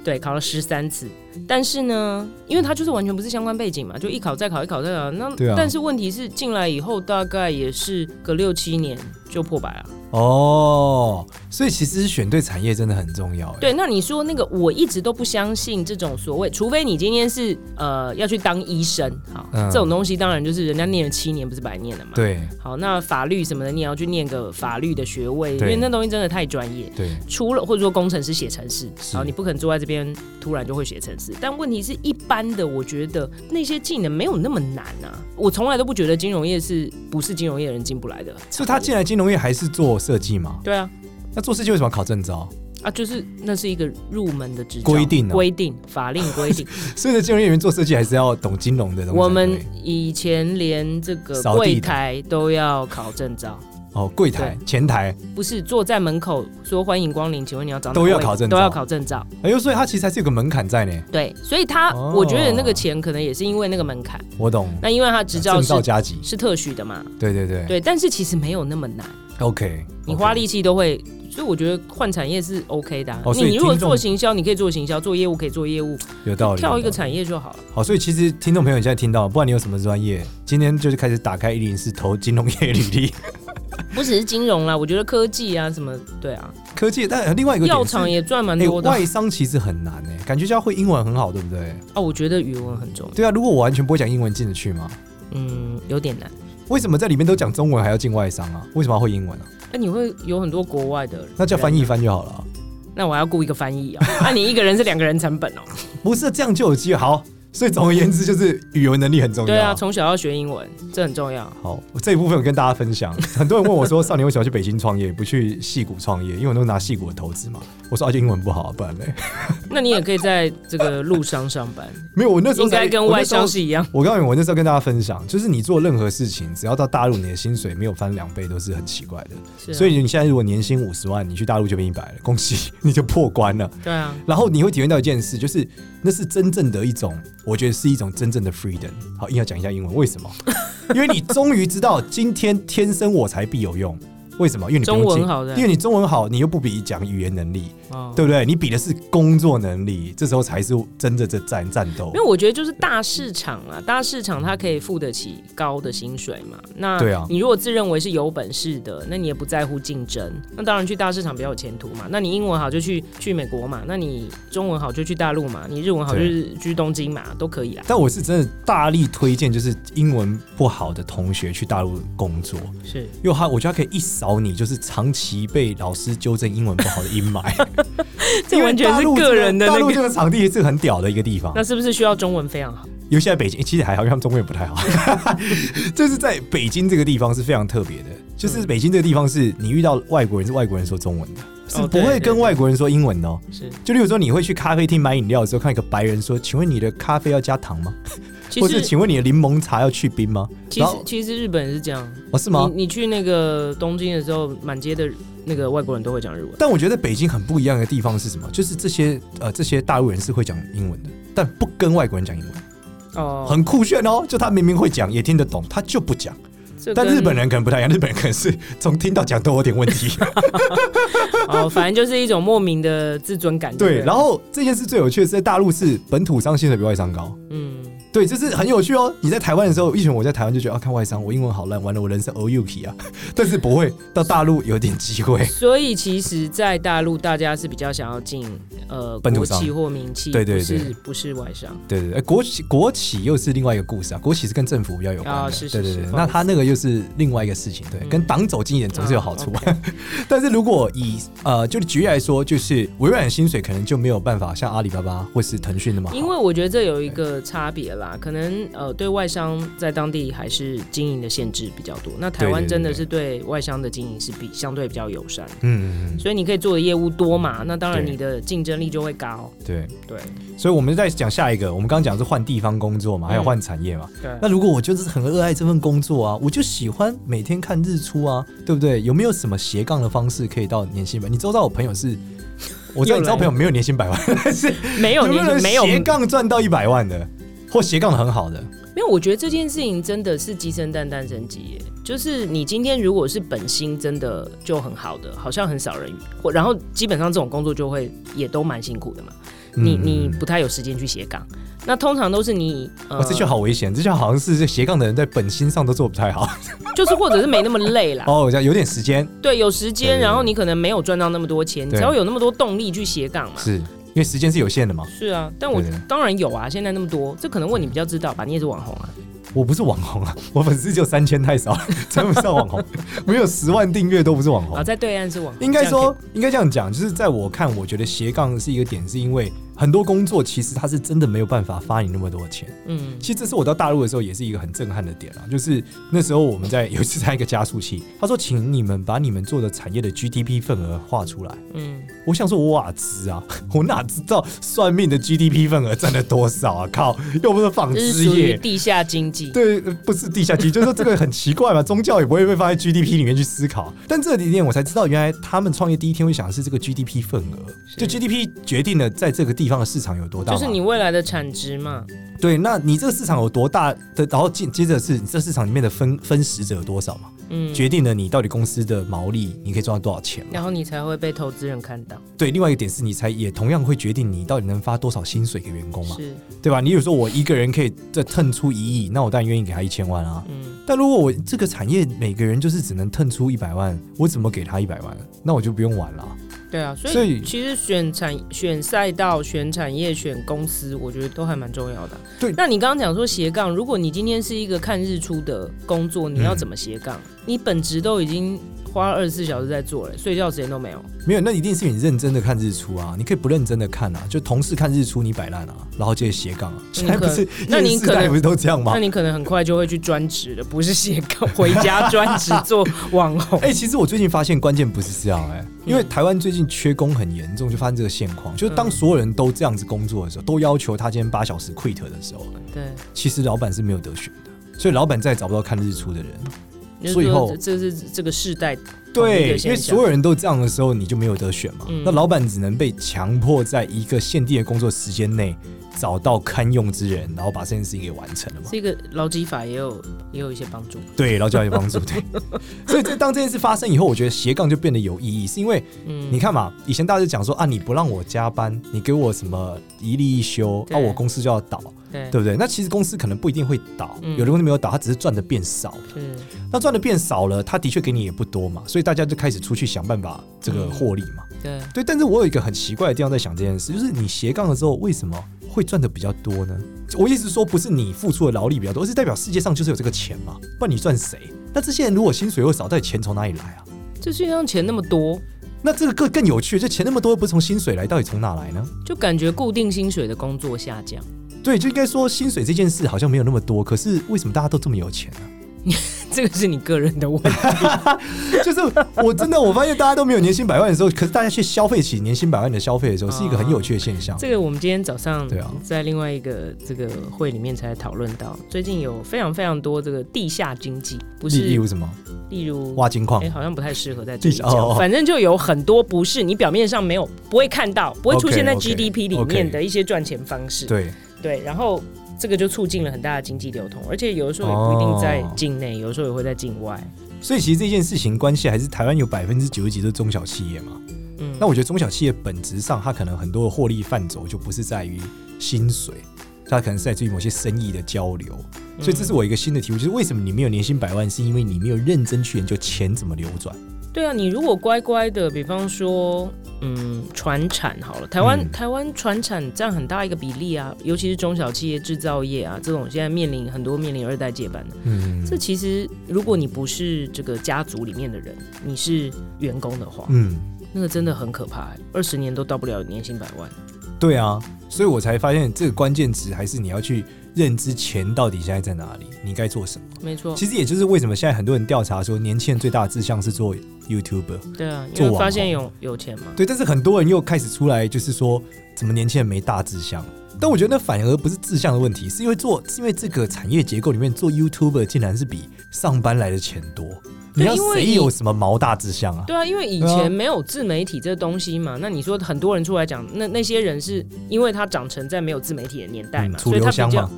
Speaker 3: 对，考了十三次。但是呢，因为他就是完全不是相关背景嘛，就一考再考，一考再考。那、
Speaker 2: 对啊
Speaker 3: 但是问题是进来以后，大概也是隔六七年就破百啊了。
Speaker 2: 哦，所以其实选对产业真的很重要，哎，
Speaker 3: 对，那你说那个，我一直都不相信这种所谓，除非你今天是呃要去当医生，好，
Speaker 2: 嗯
Speaker 3: 这种东西当然就是人家念了七年，不是白念的嘛。。
Speaker 2: 对
Speaker 3: 好，那法律什么的，你也要去念个法律的学位，因
Speaker 2: 对
Speaker 3: 为那东西真的太专业。
Speaker 2: 对，
Speaker 3: 除了或者说工程师写程式，
Speaker 2: 是
Speaker 3: 然后你不可能坐在这边突然就会写程式。但问题是一般的，我觉得那些技能没有那么难啊。我从来都不觉得金融业是不是金融业的人进不来的。
Speaker 2: 所以他进来金融业还是做设计嘛？
Speaker 3: 对啊，
Speaker 2: 那做设计为什么要考证照？
Speaker 3: 啊，就是那是一个入门的执照
Speaker 2: 规定啊
Speaker 3: 规定法令 规定。
Speaker 2: 所以呢，金融业里面做设计还是要懂金融的东西。
Speaker 3: 我们
Speaker 2: 对
Speaker 3: 以前连这个
Speaker 2: 扫地
Speaker 3: 柜
Speaker 2: 的
Speaker 3: 台都要考证照，
Speaker 2: 哦，柜台、前台，
Speaker 3: 不是坐在门口说欢迎光临，请问你要找哪
Speaker 2: 都要
Speaker 3: 位
Speaker 2: 考证
Speaker 3: 都
Speaker 2: 照
Speaker 3: 要考证照。
Speaker 2: 哎呦，所以它其实还是有个门槛在呢。
Speaker 3: 对，所以他、
Speaker 2: 哦
Speaker 3: 我觉得那个钱可能也是因为那个门槛，
Speaker 2: 我懂，啊
Speaker 3: 那因为他执照
Speaker 2: 证
Speaker 3: 是
Speaker 2: 照加急，
Speaker 3: 是特许的嘛，
Speaker 2: 对对对
Speaker 3: 对，但是其实没有那么难，
Speaker 2: ，OK，
Speaker 3: 你花力气都会。所以我觉得换产业是 OK 的、啊
Speaker 2: 哦所以
Speaker 3: 你如果
Speaker 2: 听众
Speaker 3: 做行销，你可以做行销；做业务可以做业务，
Speaker 2: 有道理，
Speaker 3: 跳一个
Speaker 2: 有道
Speaker 3: 产业就好了。
Speaker 2: 理好，所以其实听众朋友你现在听到，不管你有什么专业，今天就是开始打开一零四投金融业履历，
Speaker 3: 不只是金融啦，我觉得科技啊什么，对啊，
Speaker 2: 科技，但另外一个点
Speaker 3: 药
Speaker 2: 是
Speaker 3: 厂。也赚蛮
Speaker 2: 哎、
Speaker 3: 多的啊、
Speaker 2: 外商其实很难哎、感觉就要会英文很好，对不对？
Speaker 3: 哦，我觉得语文很重要，
Speaker 2: 对啊，如果我完全不会讲英文进得去吗？
Speaker 3: 嗯，有点难。
Speaker 2: 为什么在里面都讲中文还要进外商啊？为什么要会英文啊？
Speaker 3: 那你会有很多国外的，
Speaker 2: 那叫翻译，翻就好了啊、
Speaker 3: 那我还要雇一个翻译哦。 那、你一个人是两个人成本哦。
Speaker 2: 不是这样就有机会。好，所以总而言之就是语文能力很重要。
Speaker 3: 对啊，从小要学英文，这很重要。
Speaker 2: 好，我这一部分我跟大家分享。很多人问我说，少年为什么要去北京创业，不去戏谷创业？因为我都拿戏谷的投资嘛。我说啊，就英文不好、啊，不然嘞，
Speaker 3: 那你也可以在这个路上上班，
Speaker 2: 没有，我那时候
Speaker 3: 应
Speaker 2: 才
Speaker 3: 该跟外商。是一样。
Speaker 2: 我那时候我告诉你，我那时候跟大家分享，就是你做任何事情，只要到大陆，你的薪水没有翻两倍都是很奇怪的。
Speaker 3: 是啊
Speaker 2: 所以你现在如果年薪五十万，你去大陆就变一百了，恭喜 你就破关了。
Speaker 3: 对啊，
Speaker 2: 然后你会体验到一件事，就是那是真正的一种，我觉得是一种真正的 freedom。好，硬要讲一下英文，为什么？ 因为你终于知道今天天生我材必有用。为什么？因为你不用
Speaker 3: 中文
Speaker 2: 进
Speaker 3: 好的
Speaker 2: 因为你中文好，你又不比讲语言能力，
Speaker 3: 哦，
Speaker 2: 对不对？你比的是工作能力，这时候才是真的在战战斗
Speaker 3: 因为。我觉得就是大市场啊，大市场它可以付得起高的薪水嘛。那
Speaker 2: 对啊
Speaker 3: 你如果自认为是有本事的，那你也不在乎竞争，那当然去大市场比较有前途嘛。那你英文好就去去美国嘛，那你中文好就去大陆嘛，你日文好就
Speaker 2: 对
Speaker 3: 是去东京嘛，都可以啊。
Speaker 2: 但我是真的大力推荐，就是英文不好的同学去大陆工作，
Speaker 3: 是，
Speaker 2: 因为他我觉得他可以一扫你，就是长期被老师纠正英文不好的阴霾。
Speaker 3: 这完全
Speaker 2: 因为大
Speaker 3: 是
Speaker 2: 陆这
Speaker 3: 个人的
Speaker 2: 大
Speaker 3: 那
Speaker 2: 陆这
Speaker 3: 个。
Speaker 2: 个场地是很屌的一个地方
Speaker 3: 那。是不是需要中文非常好？
Speaker 2: 尤其在北京，欸其实还好，因为他们中文也不太好。 就是在北京这个地方是非常特别的，就是北京这个地方是你遇到外国人是外国人说中文的，是
Speaker 3: 哦
Speaker 2: 不
Speaker 3: 对
Speaker 2: 会
Speaker 3: 对
Speaker 2: 跟
Speaker 3: 对
Speaker 2: 外国人说英文的哦。
Speaker 3: 是，
Speaker 2: 就例如说，你会去咖啡厅买饮料的时候，看一个白人说：“请问你的咖啡要加糖吗？”
Speaker 3: 其
Speaker 2: 或是“
Speaker 3: 实
Speaker 2: 请问你的柠檬茶要去冰吗
Speaker 3: 其
Speaker 2: 然
Speaker 3: 实
Speaker 2: 后
Speaker 3: 其实日本也是这样。？”
Speaker 2: 哦，是吗
Speaker 3: 你？你去那个东京的时候，满街的那个外国人都会讲日文。
Speaker 2: 但我觉得北京很不一样的地方是什么？就是这些呃，这些大陆人是会讲英文的，但不跟外国人讲英文，
Speaker 3: 哦，
Speaker 2: 很酷炫哦。就他明明会讲，也听得懂，他就不讲。
Speaker 3: 这
Speaker 2: 但
Speaker 3: 跟
Speaker 2: 日本人可能不太一样，日本人可能是从听到讲都有点问题。
Speaker 3: 哦，反正就是一种莫名的自尊感。
Speaker 2: 对，
Speaker 3: 不
Speaker 2: 然后这件事最有趣的是，在大陆是本土商薪水比外商高。
Speaker 3: 嗯，
Speaker 2: 对，这是很有趣哦。你在台湾的时候，以前我在台湾就觉得啊，看外商，我英文好烂，完了我人生 O U K 啊。 但是不会到大陆有点机会。
Speaker 3: 所以其实，在大陆大家是比较想要进呃
Speaker 2: 本土
Speaker 3: 国
Speaker 2: 商
Speaker 3: 企或民企，
Speaker 2: 对对对
Speaker 3: 不是不是外商。
Speaker 2: 对对对，呃国企国企又是另外一个故事啊，国企是跟政府比较有关的。
Speaker 3: 啊是是
Speaker 2: 对对
Speaker 3: 是
Speaker 2: 对，
Speaker 3: 不好意
Speaker 2: 那
Speaker 3: 思
Speaker 2: 他那个又是另外一个事情，对，
Speaker 3: 嗯
Speaker 2: 跟党走近一点总是有好处。
Speaker 3: 啊
Speaker 2: 但是如果以呃，就举例来说，就是微软的薪水可能就没有办法像阿里巴巴或是腾讯那么好。
Speaker 3: 因为我觉得这有一个差别啦，可能呃对外商在当地还是经营的限制比较多，那台
Speaker 2: 对对
Speaker 3: 湾
Speaker 2: 对
Speaker 3: 真的是对外商的经营是比相对比较友善，
Speaker 2: 嗯嗯嗯，
Speaker 3: 所以你可以做的业务多嘛，那当然
Speaker 2: 对
Speaker 3: 你的竞争力就会高。
Speaker 2: 对。
Speaker 3: 对
Speaker 2: 所以我们再讲下一个，我们刚刚讲是换地方工作
Speaker 3: 嗯
Speaker 2: 嘛，还有换产业嘛。
Speaker 3: 对
Speaker 2: 那如果我就是很热爱这份工作啊，我就喜欢每天看日出啊，对不对？有没有什么斜杠的方式可以到年薪百？你知道我朋友是，我知道你招朋友没有年薪百万，但是
Speaker 3: 没有
Speaker 2: 有没有
Speaker 3: 年
Speaker 2: 人
Speaker 3: 没有
Speaker 2: 斜杠赚到一百万的，或斜杠得很好的？
Speaker 3: 没有，我觉得这件事情真的是鸡生蛋，蛋生鸡耶。就是你今天如果是本心真的就很好的，好像很少人，或然后基本上这种工作就会也都蛮辛苦的嘛。你
Speaker 2: 嗯
Speaker 3: 你不太有时间去斜杠，那通常都是你呃
Speaker 2: 哇，这就好危险，这就好像是这斜杠的人在本心上都做不太 好。
Speaker 3: 就是或者是没那么累啦。
Speaker 2: 哦，这样有点时 间，
Speaker 3: 对，有时
Speaker 2: 对
Speaker 3: 间，
Speaker 2: 对
Speaker 3: 然后你可能没有赚到那么多钱，你
Speaker 2: 对
Speaker 3: 才会有那么多动力去斜杠嘛。
Speaker 2: 是因为时间是有限的嘛。
Speaker 3: 是啊，但我
Speaker 2: 对对
Speaker 3: 当然有啊，现在那么多，这可能问你比较知道吧？你也是网红啊，
Speaker 2: 我不是网红啊，我粉丝就三千太少了， 称不上网红，没有十万订阅都不是网红
Speaker 3: 啊，。在对岸是网红，
Speaker 2: 哦应该
Speaker 3: 这样
Speaker 2: 说，应该这样讲，就是在我看，我觉得斜杠是一个点，是因为很多工作其实它是真的没有办法发你那么多钱。
Speaker 3: 可以，嗯
Speaker 2: 其实这是我到大陆的时候也是一个很震撼的点啊，就是那时候我们在 有一次在一个加速器，他说请你们把你们做的产业的 GDP 份额画出来。
Speaker 3: 嗯，
Speaker 2: 我想说，哇知啊， 我哪知道算命的 GDP 份额占了多少啊？靠，又不是纺
Speaker 3: 这
Speaker 2: 织
Speaker 3: 是属于
Speaker 2: 业。
Speaker 3: 地下经济。
Speaker 2: 对，呃不是地下机，就是说这个很奇怪嘛，宗教也不会被放在 GDP 里面去思考。但这里面我才知道，原来他们创业第一天会想的是这个 GDP 份额，就是 GDP 决定了在这个地方的市场有多大
Speaker 3: 就
Speaker 2: 嘛。
Speaker 3: 是你未来的产值嘛，
Speaker 2: 对，那你这个市场有多大的，然后接接着是你这市场里面的分分食者有多少嘛，
Speaker 3: 嗯，
Speaker 2: 决定了你到底公司的毛利，你可以赚到多少钱嘛。
Speaker 3: 然后你才会被投资人看到，
Speaker 2: 对，另外一个点是你才也同样会决定你到底能发多少薪水给员工嘛，
Speaker 3: 是，
Speaker 2: 对吧？你比如说我一个人可以再腾出一亿，那我当然愿意给他一千万啊。
Speaker 3: 嗯，
Speaker 2: 但如果我这个产业每个人就是只能腾出一百万，我怎么给他一百万？那我就不用玩了啊。
Speaker 3: 对啊，所以
Speaker 2: 所以
Speaker 3: 其实选产、选赛道、选产业、选公司，我觉得都还蛮重要的啊。
Speaker 2: 对
Speaker 3: 那你刚刚讲说斜杠，如果你今天是一个看日出的工作，你要
Speaker 2: 嗯
Speaker 3: 怎么斜杠？你本职都已经花二十四小时在做了，睡觉时间都没有。
Speaker 2: 没有，那一定是你认真的看日出啊，你可以不认真的看啊，就同事看日出你摆烂啊，然后接着斜杠啊。现在不是
Speaker 3: 嗯那你
Speaker 2: 厌世
Speaker 3: 可
Speaker 2: 代
Speaker 3: 能
Speaker 2: 不是都这样吗
Speaker 3: 那？你可能很快就会去专职了，不是斜杠，回家专职做网 红。
Speaker 2: 哎、其实我最近发现关键不是这样哎、因
Speaker 3: 嗯
Speaker 2: 为台湾最近缺工很严重，就发现这个现况，就是当所有人都这样子工作的时候，都要求他今天八小时 quit 的时候，
Speaker 3: 对，
Speaker 2: 其实老板是没有得选的，所以老板再也找不到看日出的人。
Speaker 3: 就是
Speaker 2: 所以后
Speaker 3: 说这这是这个世代同一
Speaker 2: 对，
Speaker 3: 个
Speaker 2: 因为
Speaker 3: 现象
Speaker 2: 所有人都这样的时候，你就没有得选嘛。
Speaker 3: 嗯
Speaker 2: 那老板只能被强迫在一个限定的工作时间内找到堪用之人，然后把这件事情给完成了嘛。
Speaker 3: 这个劳基法也有也有一些帮助。
Speaker 2: 对，然后就要有帮助。对， 所以这当这件事发生以后，我觉得斜杠就变得有意义，是因为
Speaker 3: 嗯，
Speaker 2: 你看嘛，以前大家就讲说啊，你不让我加班，你给我什么一例一休，那、
Speaker 3: 对
Speaker 2: 啊、我公司就要倒，
Speaker 3: 对
Speaker 2: 对不对？那其实公司可能不一定会倒，
Speaker 3: 嗯
Speaker 2: 有的公司没有倒，它只是赚的变少。
Speaker 3: 是
Speaker 2: 那赚的变少了，它的确给你也不多嘛，所以大家就开始出去想办法这个获利嘛。
Speaker 3: 对，
Speaker 2: 对，但是我有一个很奇怪的地方在想这件事，就是你斜杠了之后，为什么会赚的比较多呢？我意思是说，不是你付出的劳力比较多，而是代表世界上就是有这个钱嘛，不然你赚谁？那这些人如果薪水又少，到底钱从哪里来啊？
Speaker 3: 这世界上钱那么多，
Speaker 2: 那这个更更有趣，这钱那么多，不是从薪水来，到底从哪来呢？
Speaker 3: 就感觉固定薪水的工作下降。
Speaker 2: 对，就应该说薪水这件事好像没有那么多，可是为什么大家都这么有钱呢、啊
Speaker 3: 这个是你个人的问题，
Speaker 2: 就是我真的我发现大家都没有年薪百万的时候，可是大家却消费起年薪百万的消费的时候，是一个很有趣的现象。
Speaker 3: 啊这个我们今天早上
Speaker 2: 对啊
Speaker 3: 在另外一个这个会里面才讨论到，最近有非常非常多这个地下经济，不
Speaker 2: 例例
Speaker 3: 是
Speaker 2: 如什么
Speaker 3: 例如
Speaker 2: 挖金矿
Speaker 3: 哎、，好像不太适合在这里
Speaker 2: 地下哦哦
Speaker 3: 讲。反正就有很多不是你表面上没有不会看到，不会出现在
Speaker 2: OK，OK，
Speaker 3: GDP 里
Speaker 2: OK
Speaker 3: 面的一些赚钱方式。
Speaker 2: 对，
Speaker 3: 对，然后这个就促进了很大的经济流通，而且有的时候也不一定在
Speaker 2: 哦
Speaker 3: 境内，有的时候也会在境外。
Speaker 2: 所以其实这件事情关系还是台湾有百分之九十几都是中小企业嘛。
Speaker 3: 嗯，
Speaker 2: 那我觉得中小企业本质上，它可能很多的获利范畴就不是在于薪水，它可能是在于某些生意的交流。所以
Speaker 3: 嗯
Speaker 2: 这是我一个新的题目，就是为什么你没有年薪百万，是因为你没有认真去研究钱怎么流转。
Speaker 3: 对啊，你如果乖乖的，比方说，嗯，船产好了，台湾、
Speaker 2: 嗯
Speaker 3: 台湾船产占很大一个比例啊，尤其是中小企业、制造业啊，这种现在面临很多面临二代接班的。
Speaker 2: 嗯
Speaker 3: 这其实，如果你不是这个家族里面的人，你是员工的话，
Speaker 2: 嗯，
Speaker 3: 那个真的很可怕、欸二十年都到不了年薪百万。
Speaker 2: 对啊，所以我才发现这个关键词还是你要去认知钱到底现在在哪里，你该做什么。
Speaker 3: 没错，
Speaker 2: 其实也就是为什么现在很多人调查说，年轻人最大的志向是做 YouTuber。
Speaker 3: 对啊，因
Speaker 2: 做
Speaker 3: 为
Speaker 2: 网
Speaker 3: 发现
Speaker 2: 红
Speaker 3: 有有钱嘛，
Speaker 2: 对，但是很多人又开始出来，就是说，怎么年轻人没大志向？但我觉得那反而不是志向的问题，是因为做，是因为这个产业结构里面做 YouTuber 竟然是比上班来的钱多。你要
Speaker 3: 因为
Speaker 2: 谁
Speaker 3: 你
Speaker 2: 有什么毛大志向啊？
Speaker 3: 对啊，因为以
Speaker 2: 对啊
Speaker 3: 前没有自媒体这东西嘛，那你说很多人出来讲，那那些人是因为他长成在没有自媒体的年代
Speaker 2: 嗯，
Speaker 3: 嘛，
Speaker 2: 楚
Speaker 3: 所以
Speaker 2: 留
Speaker 3: 他
Speaker 2: 香
Speaker 3: 比较
Speaker 2: 嘛，，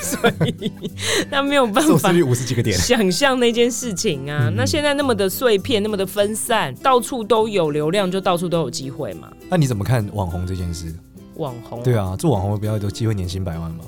Speaker 3: 所以 他没 有办
Speaker 2: 收视
Speaker 3: 法
Speaker 2: 率五十几个点。嗯
Speaker 3: 想象那件事情啊。那现在那么的碎片，那么的分散，到处都有流量，就到处都有机会嘛。
Speaker 2: 那你怎么看网红这件事？
Speaker 3: 网红，
Speaker 2: 对啊，做网红不要有机会年薪百万吗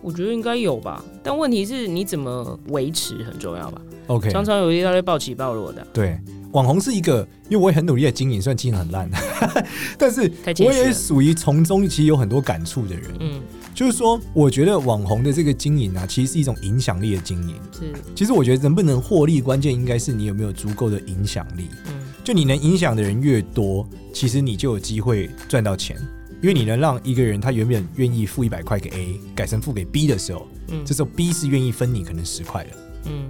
Speaker 3: 我觉得应该有吧。但问题是你怎么维持很重要吧。
Speaker 2: ？OK，
Speaker 3: 常常有一大堆暴起暴落的，
Speaker 2: 对，网红是一个，因为我也很努力的经营，虽然经营很烂， 但是
Speaker 3: 太谦
Speaker 2: 我
Speaker 3: 虚
Speaker 2: 也
Speaker 3: 了。
Speaker 2: 属于从中其实有很多感触的人。
Speaker 3: 嗯，
Speaker 2: 就是说，我觉得网红的这个经营啊，其实是一种影响力的经营。
Speaker 3: 是，
Speaker 2: 其实我觉得能不能获利，关键应该是你有没有足够的影响力。
Speaker 3: 嗯，
Speaker 2: 就你能影响的人越多，其实你就有机会赚到钱，因为你能让一个人他原本愿意付一百块给 A，改成付给 B 的时候，
Speaker 3: 嗯
Speaker 2: 这时候 B 是愿意分你可能十块的。
Speaker 3: 嗯，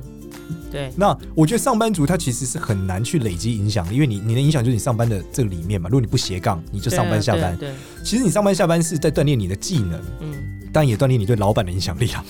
Speaker 3: 对，
Speaker 2: 那我觉得上班族他其实是很难去累积影响力，因为你你的影响就是你上班的这个里面嘛。如果你不斜杠，你就
Speaker 3: 对啊
Speaker 2: 上班下
Speaker 3: 对啊
Speaker 2: 班。
Speaker 3: 对啊，
Speaker 2: 其实你上班下班是在锻炼你的技能，
Speaker 3: 嗯，
Speaker 2: 但也锻炼你对老板的影响力啊。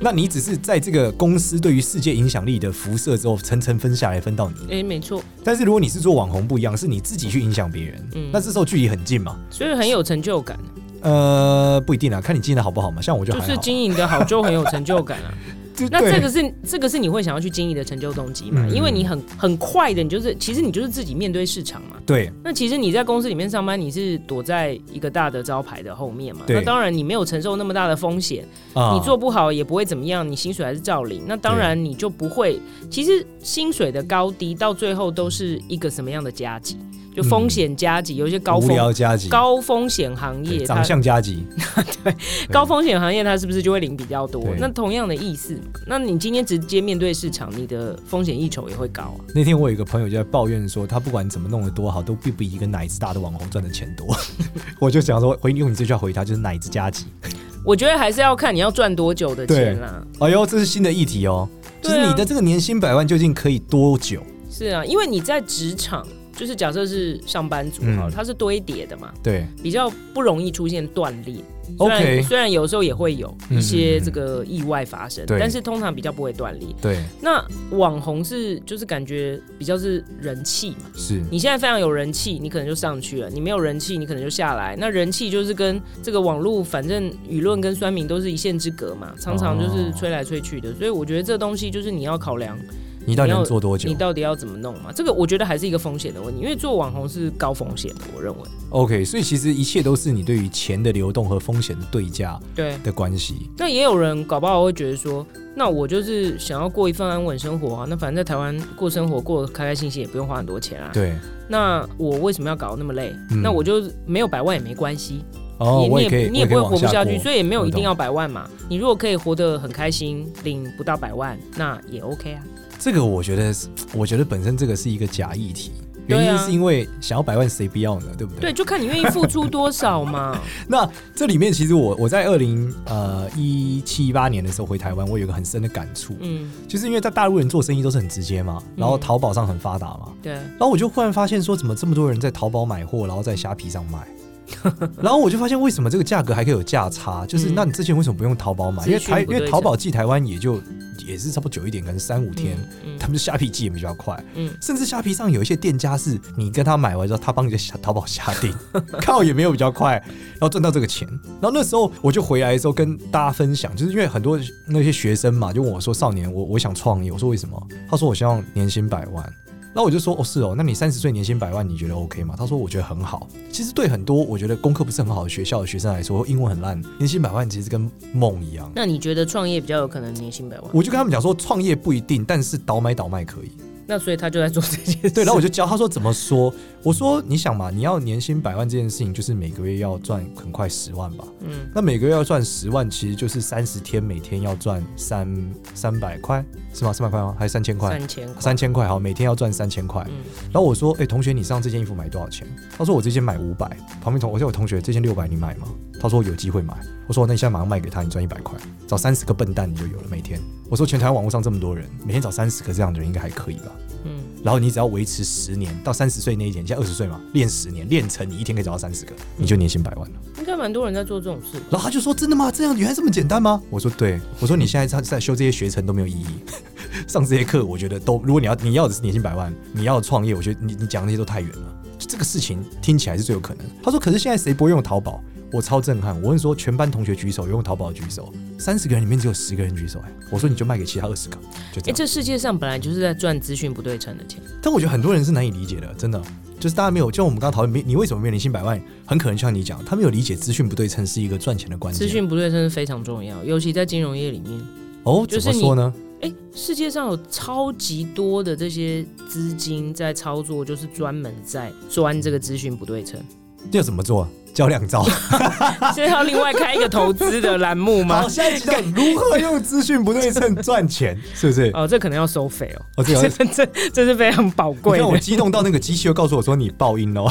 Speaker 2: 那你只是在这个公司对于世界影响力的辐射之后，层层分下来分到你。
Speaker 3: 哎，没错，
Speaker 2: 但是如果你是做网红不一样，是你自己去影响别人，
Speaker 3: 嗯
Speaker 2: 那这时候距离很近嘛。
Speaker 3: 所以很有成就感，
Speaker 2: 呃，不一定啊，看你经营的好不好嘛。像我就
Speaker 3: 就
Speaker 2: 还好啊，
Speaker 3: 是经营的好就很有成就感 啊。
Speaker 2: 就
Speaker 3: 那
Speaker 2: 对
Speaker 3: 这个是这个是你会想要去经营的成就动机嘛？
Speaker 2: 嗯
Speaker 3: 因为你很很快的，你就是其实你就是自己面对市场嘛。
Speaker 2: 对
Speaker 3: 那其实你在公司里面上班，你是躲在一个大的招牌的后面嘛？
Speaker 2: 对
Speaker 3: 那当然你没有承受那么大的风险，
Speaker 2: 啊，
Speaker 3: 你做不好也不会怎么样，你薪水还是照领。那当然你就不会，其实薪水的高低到最后都是一个什么样的加级？就风险加级，有一些高
Speaker 2: 嗯无
Speaker 3: 风
Speaker 2: 聊加急，
Speaker 3: 高风险行
Speaker 2: 对
Speaker 3: 业，它
Speaker 2: 长相加急，
Speaker 3: 高风险行业它是不是就会领比较多
Speaker 2: 对？
Speaker 3: 那同样的意思嘛，那你今天直接面对市场，你的风险溢酬也会高啊。
Speaker 2: 那天我有一个朋友就在抱怨说，他不管怎么弄得多好，都不比一个奶子大的网红赚的钱多。 我就想说，回用你这句话回他，就是奶子加急。
Speaker 3: 我觉得还是要看你要赚多久的钱啦。
Speaker 2: 哎呦，这是新的议题哦，就是
Speaker 3: 对啊
Speaker 2: 你的这个年薪百万究竟可以多久？
Speaker 3: 是啊，因为你在职场，就是假设是上班族
Speaker 2: 嗯
Speaker 3: 好了，它是堆叠的嘛，
Speaker 2: 对
Speaker 3: 比较不容易出现断裂。虽然
Speaker 2: ，OK，
Speaker 3: 虽然有时候也会有
Speaker 2: 嗯
Speaker 3: 一些这个意外发生，
Speaker 2: 对
Speaker 3: 但是通常比较不会断裂。
Speaker 2: 对，
Speaker 3: 那网红是就是感觉比较是人气嘛。
Speaker 2: 是，
Speaker 3: 你现在非常有人气，你可能就上去了；你没有人气，你可能就下来。那人气就是跟这个网络，反正舆论跟酸民都是一线之隔嘛，常常就是吹来吹去的。
Speaker 2: 哦
Speaker 3: 所以我觉得这东西就是你要考量，
Speaker 2: 你到底
Speaker 3: 你
Speaker 2: 能
Speaker 3: 要
Speaker 2: 做多久
Speaker 3: 你到底要怎么弄嘛。这个我觉得还是一个风险的问题，因为做网红是高风险的，我认为。
Speaker 2: ？OK，所以其实一切都是你对于钱的流动和风险的对价
Speaker 3: 对，
Speaker 2: 的关系。
Speaker 3: 那也有人搞不好会觉得说，那我就是想要过一份安稳生活啊，那反正在台湾过生活过得开开心心，也不用花很多钱啊。
Speaker 2: 对，
Speaker 3: 那我为什么要搞得那么累？
Speaker 2: 嗯
Speaker 3: 那我就没有百万也没关系。
Speaker 2: 哦，
Speaker 3: 你
Speaker 2: 我
Speaker 3: 你
Speaker 2: 也可以，
Speaker 3: 你也
Speaker 2: 我
Speaker 3: 不
Speaker 2: 可以
Speaker 3: 会
Speaker 2: 往
Speaker 3: 活不下
Speaker 2: 下
Speaker 3: 去，
Speaker 2: 过
Speaker 3: 所以也没有
Speaker 2: 我
Speaker 3: 一定
Speaker 2: 懂
Speaker 3: 要百万嘛。你如果可以活得很开心，领不到百万，那也 OK 啊。
Speaker 2: 这个我觉得是，我觉得本身这个是一个假议题，
Speaker 3: 对啊
Speaker 2: 原因是因为想要百万谁不要呢？对不对？
Speaker 3: 对，就看你愿意付出多少嘛。
Speaker 2: 那这里面其实我我在二零呃一七一八年的时候回台湾，我有一个很深的感触，
Speaker 3: 嗯，
Speaker 2: 就是因为在大陆人做生意都是很直接嘛，然后淘宝上很发达嘛，
Speaker 3: 对，
Speaker 2: 然后我就忽然发现说，怎么这么多人在淘宝买货，然后在虾皮上卖。 然后我就发现，为什么这个价格还可以有价差？就是
Speaker 3: 嗯
Speaker 2: 那你之前为什么不用淘宝买？
Speaker 3: 资
Speaker 2: 因为
Speaker 3: 讯
Speaker 2: 台
Speaker 3: 不
Speaker 2: 因
Speaker 3: 对
Speaker 2: 为淘宝寄台湾也就也是差不多久一点，可能三五天，
Speaker 3: 嗯，
Speaker 2: 他们虾皮寄也比较快。
Speaker 3: 嗯
Speaker 2: 甚至虾皮上有一些店家是你跟他买完之后，他帮你在淘宝下订， 靠也没有比较快，然后赚到这个钱。然后那时候我就回来的时候跟大家分享，就是因为很多那些学生嘛，就问我说：“少年，我我想创业。”我说：“为什么？”他说：“我希望年薪百万。”那我就说：“哦，是哦，那你三十岁年薪百万，你觉得 OK 吗？”他说：“我觉得很好。”其实对很多我觉得功课不是很好的学校的学生来说，英文很烂，年薪百万其实跟梦一样。
Speaker 3: 那你觉得创业比较有可能年薪百万？
Speaker 2: 我就跟他们讲说，创业不一定，但是倒买倒卖可以。
Speaker 3: 那所以他就在做这件事。
Speaker 2: 对，然后我就教他说怎么说。我说你想嘛，你要年薪百万这件事情，就是每个月要赚很快十万吧。
Speaker 3: 嗯
Speaker 2: 那每个月要赚十万，其实就是三十天，每天要赚三三百块，是吗？三百块吗？还是三千块？
Speaker 3: 三千块，
Speaker 2: 三千块好，每天要赚三千块。
Speaker 3: 嗯
Speaker 2: 然后我说，哎、同学，你上这件衣服买多少钱？他说我这件买五百。旁边同我叫我同学，这件六百你买吗？他说有机会买。我说那你现在马上卖给他，你赚一百块，找三十个笨蛋你就有了每天。我说全台湾网络上这么多人，每天找三十个这样的人应该还可以吧？
Speaker 3: 嗯，
Speaker 2: 然后你只要维持十年到三十岁那一年，你现在二十岁嘛，练十年，练成你一天可以找到三十个，你就年薪百万了。
Speaker 3: 应该蛮多人在做这种事。
Speaker 2: 然后他就说：“真的吗？这样原来这么简单吗？”我说：“对。”我说：“你现在在在修这些学程都没有意义， 上这些课，我觉得都，如果你要你要的是年薪百万，你要创业，我觉得你你讲的那些都太远了。就这个事情听起来是最有可能的。他说，可是现在谁不会用淘宝？我超震撼！我问说，全班同学举手，有用淘宝的举手，三十个人里面只有十个人举手、哎，我说你就卖给其他二十个，就这
Speaker 3: 哎，
Speaker 2: 样。
Speaker 3: 这世界上本来就是在赚资讯不对称的钱。
Speaker 2: 但我觉得很多人是难以理解的，真的，就是大家没有，就像我们刚刚讨论，没你为什么没有年薪百万，很可能像你讲，他没有理解资讯不对称是一个赚钱的关键。
Speaker 3: 资讯不对称是非常重要，尤其在金融业里面。
Speaker 2: 哦，
Speaker 3: 就
Speaker 2: 怎
Speaker 3: 是
Speaker 2: 么
Speaker 3: 你
Speaker 2: 说呢？
Speaker 3: 哎，世界上有超级多的这些资金在操作，就是专门在钻这个资讯不对称。
Speaker 2: 这要怎么做？教两 招。
Speaker 3: 现在要另外开一个投资的栏目吗
Speaker 2: 好，？下一集讲如何用资讯不对称赚钱， 是不是？
Speaker 3: 哦，这可能要收费哦。
Speaker 2: 哦，这
Speaker 3: 这
Speaker 2: 个。
Speaker 3: 这这是非常宝
Speaker 2: 你
Speaker 3: 贵
Speaker 2: 看我
Speaker 3: 的，
Speaker 2: 激动到那个机器又告诉我说你爆音 哦，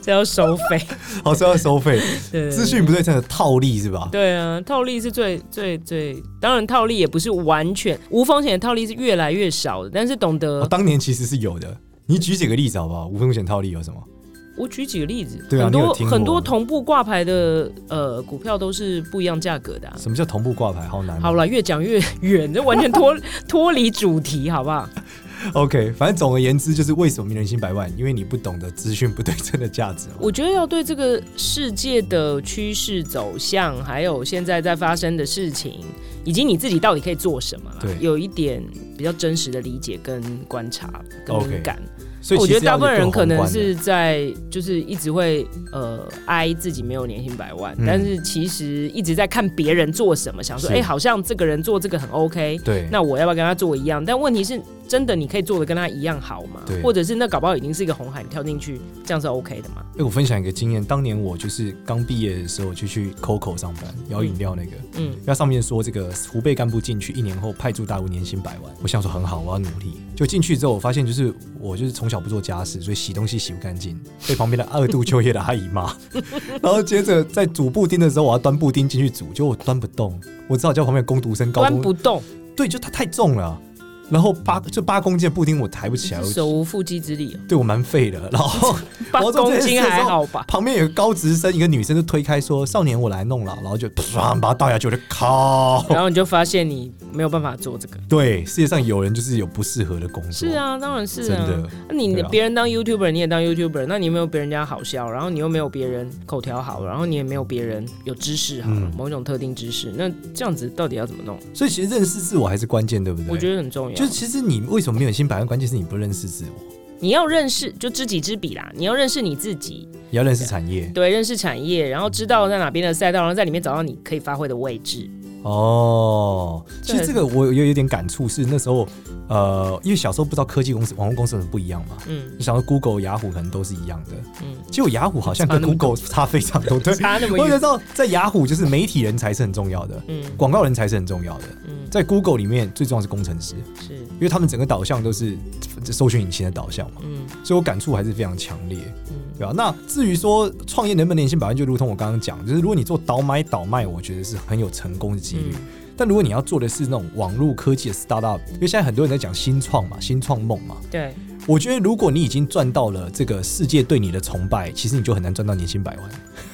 Speaker 3: 这要收费。
Speaker 2: 好说要收费。
Speaker 3: 对
Speaker 2: 资讯不对称的套利是吧？
Speaker 3: 对啊，套利是最最最，当然套利也不是完全无风险的套利是越来越少的，但是懂得
Speaker 2: 我、哦当年其实是有的。你举几个例子好不好？无风险套利有什么？
Speaker 3: 我举几个例子，
Speaker 2: 对啊
Speaker 3: 很
Speaker 2: 你
Speaker 3: 多
Speaker 2: 有听过
Speaker 3: 很多同步挂牌的呃股票都是不一样价格的、啊。
Speaker 2: 什么叫同步挂牌？好难哦。
Speaker 3: 好了，越讲越远，这完全脱 脱离主题，好不好？
Speaker 2: OK，反正总而言之就是为什么名人心百万，因为你不懂得资讯不对称的价值嘛。哦
Speaker 3: 我觉得要对这个世界的趋势走向，还有现在在发生的事情，以及你自己到底可以做什么啦
Speaker 2: 对，
Speaker 3: 有一点比较真实的理解跟观察跟
Speaker 2: OK
Speaker 3: 敏感。
Speaker 2: 所以
Speaker 3: 我
Speaker 2: 其
Speaker 3: 觉
Speaker 2: 实
Speaker 3: 得大部分人可能
Speaker 2: 要一个宏观的
Speaker 3: 是在就是一直会呃哀自己没有年薪百万，
Speaker 2: 嗯
Speaker 3: 但是其实一直在看别人做什么，想说
Speaker 2: 是
Speaker 3: 哎、诶好像这个人做这个很 OK，
Speaker 2: 对，
Speaker 3: 那我要不要跟他做一样？但问题是，真的你可以做的跟他一样好吗
Speaker 2: 对？
Speaker 3: 或者是那搞不好已经是一个红海，你跳进去这样是 OK 的吗？
Speaker 2: 哎、我分享一个经验，当年我就是刚毕业的时候就去 COCO 上班，摇饮料那个，
Speaker 3: 嗯，
Speaker 2: 那上面说这个湖北干部进去一年后派驻大陆年薪百万，我想说很好，我要努力。就进去之后，我发现就是我就是从小不做家事，所以洗东西洗不干净，被旁边的二度就业的阿姨 骂。然后接着在煮布丁的时候，我要端布丁进去煮，就我端不动，我只好叫旁边的工读生高
Speaker 3: 端
Speaker 2: 中
Speaker 3: 不动，
Speaker 2: 对，就它太重了。然后八就八公斤的布丁我抬不起来， 我
Speaker 3: 手无缚鸡 之力哦，
Speaker 2: 对我蛮废 的。然后
Speaker 3: 八
Speaker 2: 我要做这
Speaker 3: 公
Speaker 2: 件事
Speaker 3: 斤
Speaker 2: 的时候
Speaker 3: 还好吧？
Speaker 2: 旁边有个高职生，一个女生就推开说：“少年，我来弄了。”然后就唰把它倒下去，我就靠。
Speaker 3: 然后你就发现你没有办法做这个。
Speaker 2: 对，世界上有人就是有不适合的工作，
Speaker 3: 是，啊，当然是
Speaker 2: 真
Speaker 3: 啊。
Speaker 2: 的。
Speaker 3: 那你
Speaker 2: 对啊
Speaker 3: 别人当 YouTuber，你也当 YouTuber，那你没有别人家好笑，然后你又没有别人口条好，然后你也没有别人有知识好了，
Speaker 2: 嗯
Speaker 3: 某一种特定知识，那这样子到底要怎么弄？
Speaker 2: 所以其实认识自我还是关键，对不对？
Speaker 3: 我觉得很重要。
Speaker 2: 就是其实你为什么没有新百万，关键是你不认识自我，
Speaker 3: 你要认识，就知己知彼啦，你要认识你自己，
Speaker 2: 也要认识产业。
Speaker 3: 对，认识产业，然后知道在哪边的赛道，然后在里面找到你可以发挥的位置。
Speaker 2: 哦，
Speaker 3: 这
Speaker 2: 其实这个我有有点感触，是那时候，呃，因为小时候不知道科技公司、网络公司有什么不一样嘛，
Speaker 3: 嗯
Speaker 2: 你想说 Google、雅虎可能都是一样的，
Speaker 3: 嗯，
Speaker 2: 结果雅虎好像跟
Speaker 3: 差那么多
Speaker 2: Google 差非常多。对，
Speaker 3: 差那么
Speaker 2: 我才
Speaker 3: 远。
Speaker 2: 知道在雅虎就是媒体人才是很重要的，
Speaker 3: 嗯
Speaker 2: 广告人才是很重要的，
Speaker 3: 嗯，
Speaker 2: 在 Google 里面最重要是工程师，
Speaker 3: 是
Speaker 2: 因为他们整个导向都是搜寻引擎的导向嘛，
Speaker 3: 嗯
Speaker 2: 所以我感触还是非常强烈，
Speaker 3: 嗯
Speaker 2: 对吧、那至于说创业能不能年薪百万，就如同我刚刚讲，就是如果你做倒买倒卖，我觉得是很有成功的几率。
Speaker 3: 嗯
Speaker 2: 但如果你要做的是那种网络科技的 startup，因为现在很多人在讲新创嘛，新创梦嘛，
Speaker 3: 对，
Speaker 2: 我觉得如果你已经赚到了这个世界对你的崇拜，其实你就很难赚到年薪百万。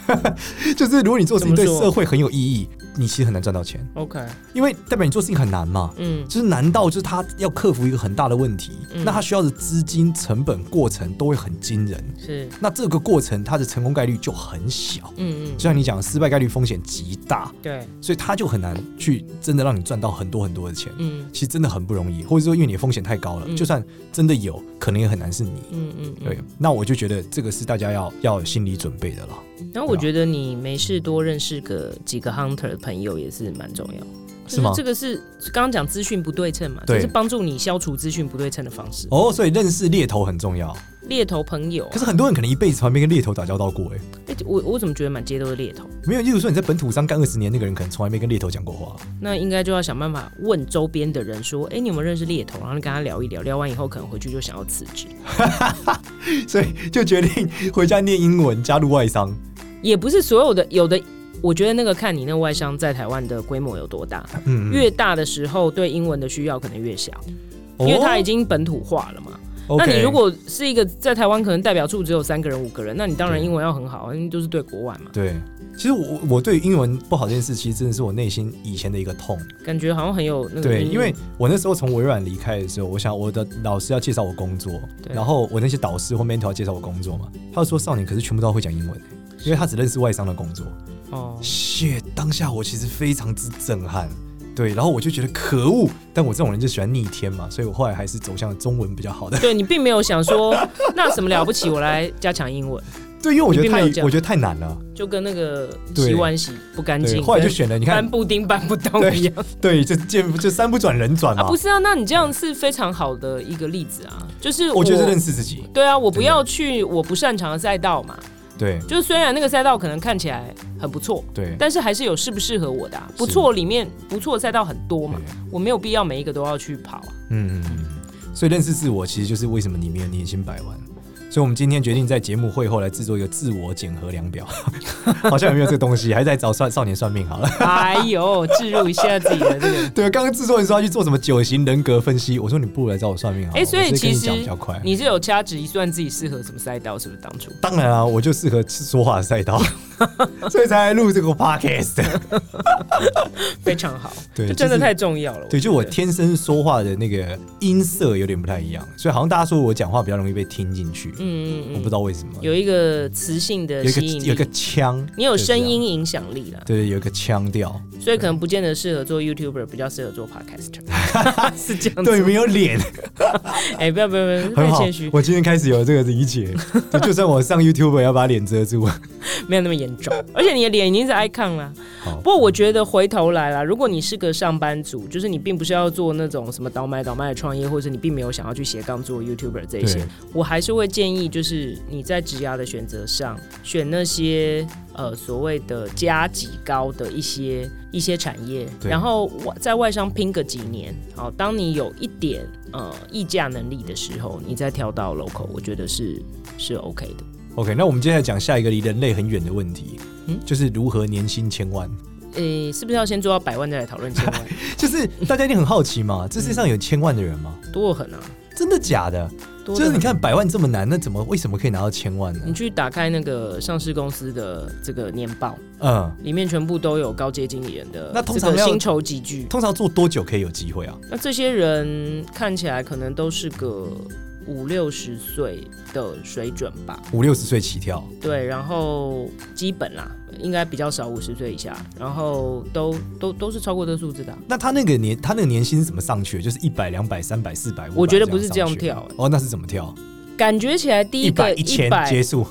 Speaker 2: 就是如果你做事情对
Speaker 3: 怎么说
Speaker 2: 社会很有意义，你其实很难赚到钱，
Speaker 3: OK，
Speaker 2: 因为代表你做事情很难嘛。
Speaker 3: 嗯
Speaker 2: 就是难道就是他要克服一个很大的问题，
Speaker 3: 嗯
Speaker 2: 那他需要的资金成本过程都会很惊人，
Speaker 3: 是
Speaker 2: 那这个过程它的成功概率就很小。
Speaker 3: 嗯嗯
Speaker 2: 就像你讲，失败概率风险极大，
Speaker 3: 对
Speaker 2: 所以他就很难去真的让你赚到很多很多的钱。
Speaker 3: 嗯
Speaker 2: 其实真的很不容易，或者说因为你的风险太高了，
Speaker 3: 嗯
Speaker 2: 就算真的有，可能也很难是你。
Speaker 3: 嗯嗯嗯
Speaker 2: 对，那我就觉得这个是大家要要有心理准备的了。
Speaker 3: 然后我觉得你没事多认识个几个 hunter 的朋友也是蛮重要，就是
Speaker 2: 吗
Speaker 3: 这个是刚刚讲资讯不对称嘛，
Speaker 2: 对
Speaker 3: 这是帮助你消除资讯不对称的方式。
Speaker 2: 哦，所以认识猎头很重要。
Speaker 3: 猎头朋友啊，
Speaker 2: 可是很多人可能一辈子从来没跟猎头打交道过、欸，哎，
Speaker 3: 哎我我怎么觉得满街都是猎头？
Speaker 2: 没有。例如说你在本土上干二十年，那个人可能从来没跟猎头讲过话。
Speaker 3: 那应该就要想办法问周边的人说，哎、你有没有认识猎头？然后你跟他聊一聊，聊完以后可能回去就想要辞职，
Speaker 2: 所以就决定回家念英文，加入外商。
Speaker 3: 也不是所有的有的。我觉得那个看你那外商在台湾的规模有多大，
Speaker 2: 嗯，
Speaker 3: 越大的时候对英文的需要可能越小，
Speaker 2: 哦
Speaker 3: 因为它已经本土化了嘛。
Speaker 2: OK，
Speaker 3: 那你如果是一个在台湾可能代表处只有三个人、五个人，那你当然英文要很好，因为都是对国外嘛。
Speaker 2: 对，其实我我对于英文不好这件事，其实真的是我内心以前的一个痛。
Speaker 3: 感觉好像很有那个
Speaker 2: 对，
Speaker 3: 阴影
Speaker 2: 因为我那时候从微软离开的时候，我想我的老师要介绍我工作，
Speaker 3: 对
Speaker 2: 然后我那些导师或 mentor 要介绍我工作嘛，他就说少年可是全部都要会讲英文，因为他只认识外商的工作。
Speaker 3: 哦，
Speaker 2: shit，当下我其实非常之震撼。对，然后我就觉得可恶，但我这种人就喜欢逆天嘛，所以我后来还是走向中文比较好的。
Speaker 3: 对你并没有想说那什么了不起，我来加强英文，
Speaker 2: 对，因为我觉得
Speaker 3: 你并没
Speaker 2: 太
Speaker 3: 有这样
Speaker 2: 我觉得太难了。
Speaker 3: 就跟那个
Speaker 2: 对
Speaker 3: 洗碗洗不干
Speaker 2: 对，
Speaker 3: 净，
Speaker 2: 后来就选了，你
Speaker 3: 跟搬
Speaker 2: 看，
Speaker 3: 布丁搬不动
Speaker 2: 对
Speaker 3: 一 样
Speaker 2: 对，这见这山不转人转
Speaker 3: 啊，
Speaker 2: 嘛
Speaker 3: 不。是啊？那你这样是非常好的一个例子啊，就是
Speaker 2: 我觉得认识自己，
Speaker 3: 对啊，我不要去我不擅长的赛道嘛，
Speaker 2: 对
Speaker 3: 就是虽然那个赛道可能看起来很不错，
Speaker 2: 对
Speaker 3: 但是还是有适不适合我的、啊。不错，里面不错的赛道很多嘛
Speaker 2: 对，
Speaker 3: 我没有必要每一个都要去跑啊。
Speaker 2: 嗯，嗯嗯，所以认识自我其实就是为什么你没有年薪百万。所以，我们今天决定在节目会后来制作一个自我检核量表， 好像也没有这个东西，还在找算少年算命好了。
Speaker 3: 哎呦，置入一下自己的这个。
Speaker 2: 对，刚刚制作人说要去做什么九型人格分析，我说你不如来找我算命好了。
Speaker 3: 哎所以
Speaker 2: 我直接跟你
Speaker 3: 其实
Speaker 2: 讲比较快。
Speaker 3: 你是有掐指一算自己适合什么赛道，是不是？当初
Speaker 2: 当然啊，我就适合说话的赛道， 所以才来录这个 podcast。
Speaker 3: 非常好，
Speaker 2: 对
Speaker 3: 这真的
Speaker 2: 就是
Speaker 3: 太重要了。
Speaker 2: 对，
Speaker 3: 觉
Speaker 2: 就我
Speaker 3: 得
Speaker 2: 天生说话的那个音色有点不太一样，所以好像大家说我讲话比较容易被听进去，
Speaker 3: 嗯
Speaker 2: 我
Speaker 3: 嗯
Speaker 2: 不知
Speaker 3: 嗯，
Speaker 2: 道为什么。
Speaker 3: 有一个磁性的
Speaker 2: 有一个
Speaker 3: 吸引
Speaker 2: 有一个
Speaker 3: 力，
Speaker 2: 腔，
Speaker 3: 你有
Speaker 2: 就这
Speaker 3: 声
Speaker 2: 样，
Speaker 3: 音影响力啦，
Speaker 2: 对，有一个腔调，
Speaker 3: 所以可能不见得适合做 YouTuber，比较适合 做 Podcaster，是这样子。
Speaker 2: 对，没有脸，
Speaker 3: 哎，不要不要不要，
Speaker 2: 很
Speaker 3: 太
Speaker 2: 好
Speaker 3: 谦虚。，
Speaker 2: 我今天开始有这个理解，就就算我上 YouTube 也要把脸遮 住。
Speaker 3: 没有那么严重，而且你的脸已经是 icon 啦。
Speaker 2: 好
Speaker 3: 不过我觉得回头来啦，如果你是个上班族，就是你并不是要做那种什么倒买倒卖的创业，或者你并没有想要去斜杠做 YouTuber 这一些
Speaker 2: 对，
Speaker 3: 我还是会建议，就是你在职涯的选择上，选那些呃所谓的加级高的一些一些产业，
Speaker 2: 对
Speaker 3: 然后我在外商拼个几年，好，当你有一点呃议价能力的时候，你再跳到 local，我觉得是是 OK 的。
Speaker 2: OK，那我们接下来讲下一个离人类很远的问题，
Speaker 3: 嗯
Speaker 2: 就是如何年薪千万。
Speaker 3: 诶、是不是要先做到百万再来讨论千万？
Speaker 2: 就是大家一定很好奇
Speaker 3: 嗯
Speaker 2: 嘛，这世界上有千万的人吗？
Speaker 3: 多得很啊！
Speaker 2: 真的假的？
Speaker 3: 多得
Speaker 2: 就是你
Speaker 3: 很，
Speaker 2: 看百万这么难，那怎么为什么可以拿到千万呢
Speaker 3: 你？去打开那个上市公司的这个年报，
Speaker 2: 嗯，
Speaker 3: 里面全部都有高阶经理人的
Speaker 2: 那通
Speaker 3: 这
Speaker 2: 常
Speaker 3: 个
Speaker 2: 要
Speaker 3: 薪酬集聚。
Speaker 2: 通常做多久可以有机会啊？
Speaker 3: 那这些人看起来可能都是个五六十岁的水准吧，
Speaker 2: 五六十岁起跳，啊
Speaker 3: 对，然后基本啦，应该比较少五十岁以下，然后都都都是超过这个数字的啊、
Speaker 2: 那他那个年他那个年薪是怎么上去的？就是一百、两百、三百、四百，
Speaker 3: 我觉得不是
Speaker 2: 这样上去
Speaker 3: 这样跳
Speaker 2: 哦，那是怎么跳？
Speaker 3: 感觉起来第
Speaker 2: 一
Speaker 3: 一
Speaker 2: 百、
Speaker 3: 个
Speaker 2: 一千结束。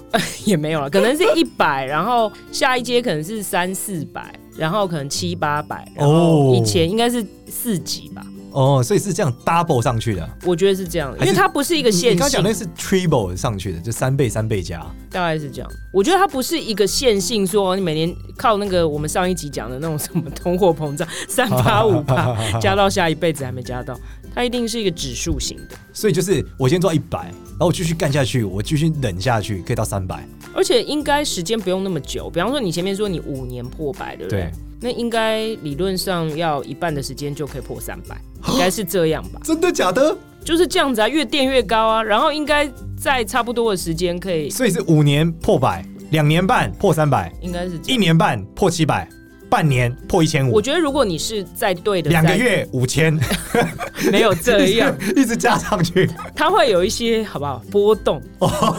Speaker 3: 也没有了，可能是一百，然后下一阶可能是三四百，然后可能七八百，然后
Speaker 2: 哦
Speaker 3: 一千，应该是四级吧，
Speaker 2: 哦，所以是这样 double 上去的。
Speaker 3: 我觉得是这样，
Speaker 2: 还
Speaker 3: 因
Speaker 2: 是
Speaker 3: 为它不是一个
Speaker 2: 你
Speaker 3: 线
Speaker 2: 刚刚讲
Speaker 3: 性，
Speaker 2: 那是 triple 上去的，就三倍、三倍加。
Speaker 3: 大概是这样。我觉得它不是一个线性，说哦你每年靠那个我们上一集讲的那种什么通货膨胀 三八五 八加到下一辈子还没加到，它一定是一个指数型的。
Speaker 2: 所以就是我先做一百，然后我继续干下去，我继续忍下去，可以到三百。
Speaker 3: 而且应该时间不用那么久，比方说你前面说你五年破百，对不对？
Speaker 2: 对
Speaker 3: 那应该理论上要一半的时间就可以破三百，
Speaker 2: 哦
Speaker 3: 应该是这样吧？
Speaker 2: 真的假的？
Speaker 3: 就是这样子啊，越垫越高啊，然后应该在差不多的时间可以，
Speaker 2: 所以是五年破百，两年半破三百，
Speaker 3: 应该是这
Speaker 2: 一
Speaker 3: 样。
Speaker 2: 年半破七百，半年破一千
Speaker 3: 我
Speaker 2: 五，
Speaker 3: 觉得如果你是在对的
Speaker 2: 两个
Speaker 3: 赛
Speaker 2: 月五千，
Speaker 3: 没有这 样，
Speaker 2: 一直加上 去。
Speaker 3: 它会有一些好不好波动，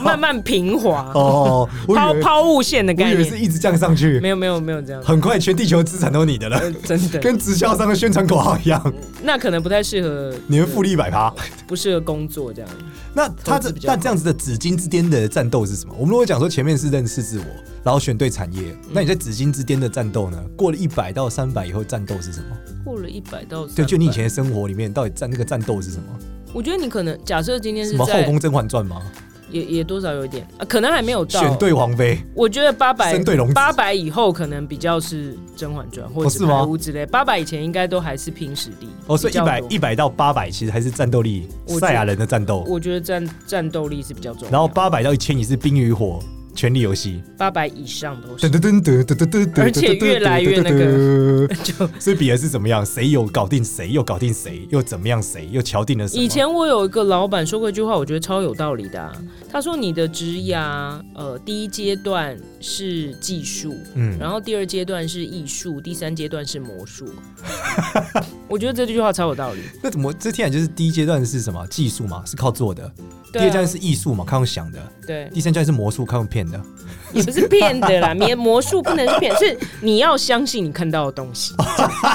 Speaker 3: 慢慢平滑，
Speaker 2: 哦，我
Speaker 3: 抛
Speaker 2: 以为
Speaker 3: 抛物线的
Speaker 2: 我
Speaker 3: 概
Speaker 2: 以为是
Speaker 3: 念。
Speaker 2: 一直这样上去，
Speaker 3: 没有没有没有这样，
Speaker 2: 很快全地球资产都你的了
Speaker 3: 呃，真的，
Speaker 2: 跟直销商的宣传口号一样，
Speaker 3: 那可能不太适合
Speaker 2: 年复利一百趴。
Speaker 3: 不适合工作这样。
Speaker 2: 那他这
Speaker 3: 投资比较
Speaker 2: 那
Speaker 3: 好
Speaker 2: 这样子的紫金之巅的战斗是什么？我们如果讲说前面是认识自我，然后选对产业，
Speaker 3: 嗯
Speaker 2: 那你在紫金之巅的战斗呢？过了一百到三百以后，战斗是什么？
Speaker 3: 过了一百到300
Speaker 2: 对，就你以前，的生活里面，到底战那个战斗是什么？
Speaker 3: 我觉得你可能假设今天
Speaker 2: 什
Speaker 3: 是
Speaker 2: 么后
Speaker 3: 在
Speaker 2: 宫甄嬛传吗？
Speaker 3: 也也多少有一点啊，可能还没有到
Speaker 2: 选，对皇妃，
Speaker 3: 我觉得八百
Speaker 2: 生对龙子
Speaker 3: 八百以后可能比较是《甄嬛传》或
Speaker 2: 哦
Speaker 3: 者
Speaker 2: 是
Speaker 3: 是《
Speaker 2: 吗
Speaker 3: 排屋》之类，八百以前应该都还是拼实力。
Speaker 2: 哦，所以
Speaker 3: 比
Speaker 2: 一
Speaker 3: 较
Speaker 2: 百
Speaker 3: 多
Speaker 2: 一百到八百其实还是战斗力
Speaker 3: 我觉得
Speaker 2: 赛亚人的战斗，
Speaker 3: 我觉得战战斗力是比较重要。
Speaker 2: 然后八百到一千也是冰与火，权力游戏，
Speaker 3: 八百以上都
Speaker 2: 噔
Speaker 3: 是。
Speaker 2: 噔噔噔噔噔噔，
Speaker 3: 而且越来越那
Speaker 2: 个，
Speaker 3: 就
Speaker 2: 所以比的是怎么样？谁有搞定谁，又搞定谁，又怎么样谁，又敲定了什么？
Speaker 3: 以前我有一个老板说过一句话，我觉得超有道理的啊、他说：“你的职涯，呃，第一阶段是技术，
Speaker 2: 嗯
Speaker 3: 然后第二阶段是艺术，第三阶段是 魔术。”我觉得这句话超有道理。
Speaker 2: 那怎么这听起来就是第一阶段是什么？技术嘛，是靠做的；第
Speaker 3: 对啊
Speaker 2: 二阶段是艺术嘛，靠用想的；
Speaker 3: 对，
Speaker 2: 第三阶段是魔术，靠用骗的。
Speaker 3: 也不是骗的啦，魔魔术不能是骗，是你要相信你看到的东西，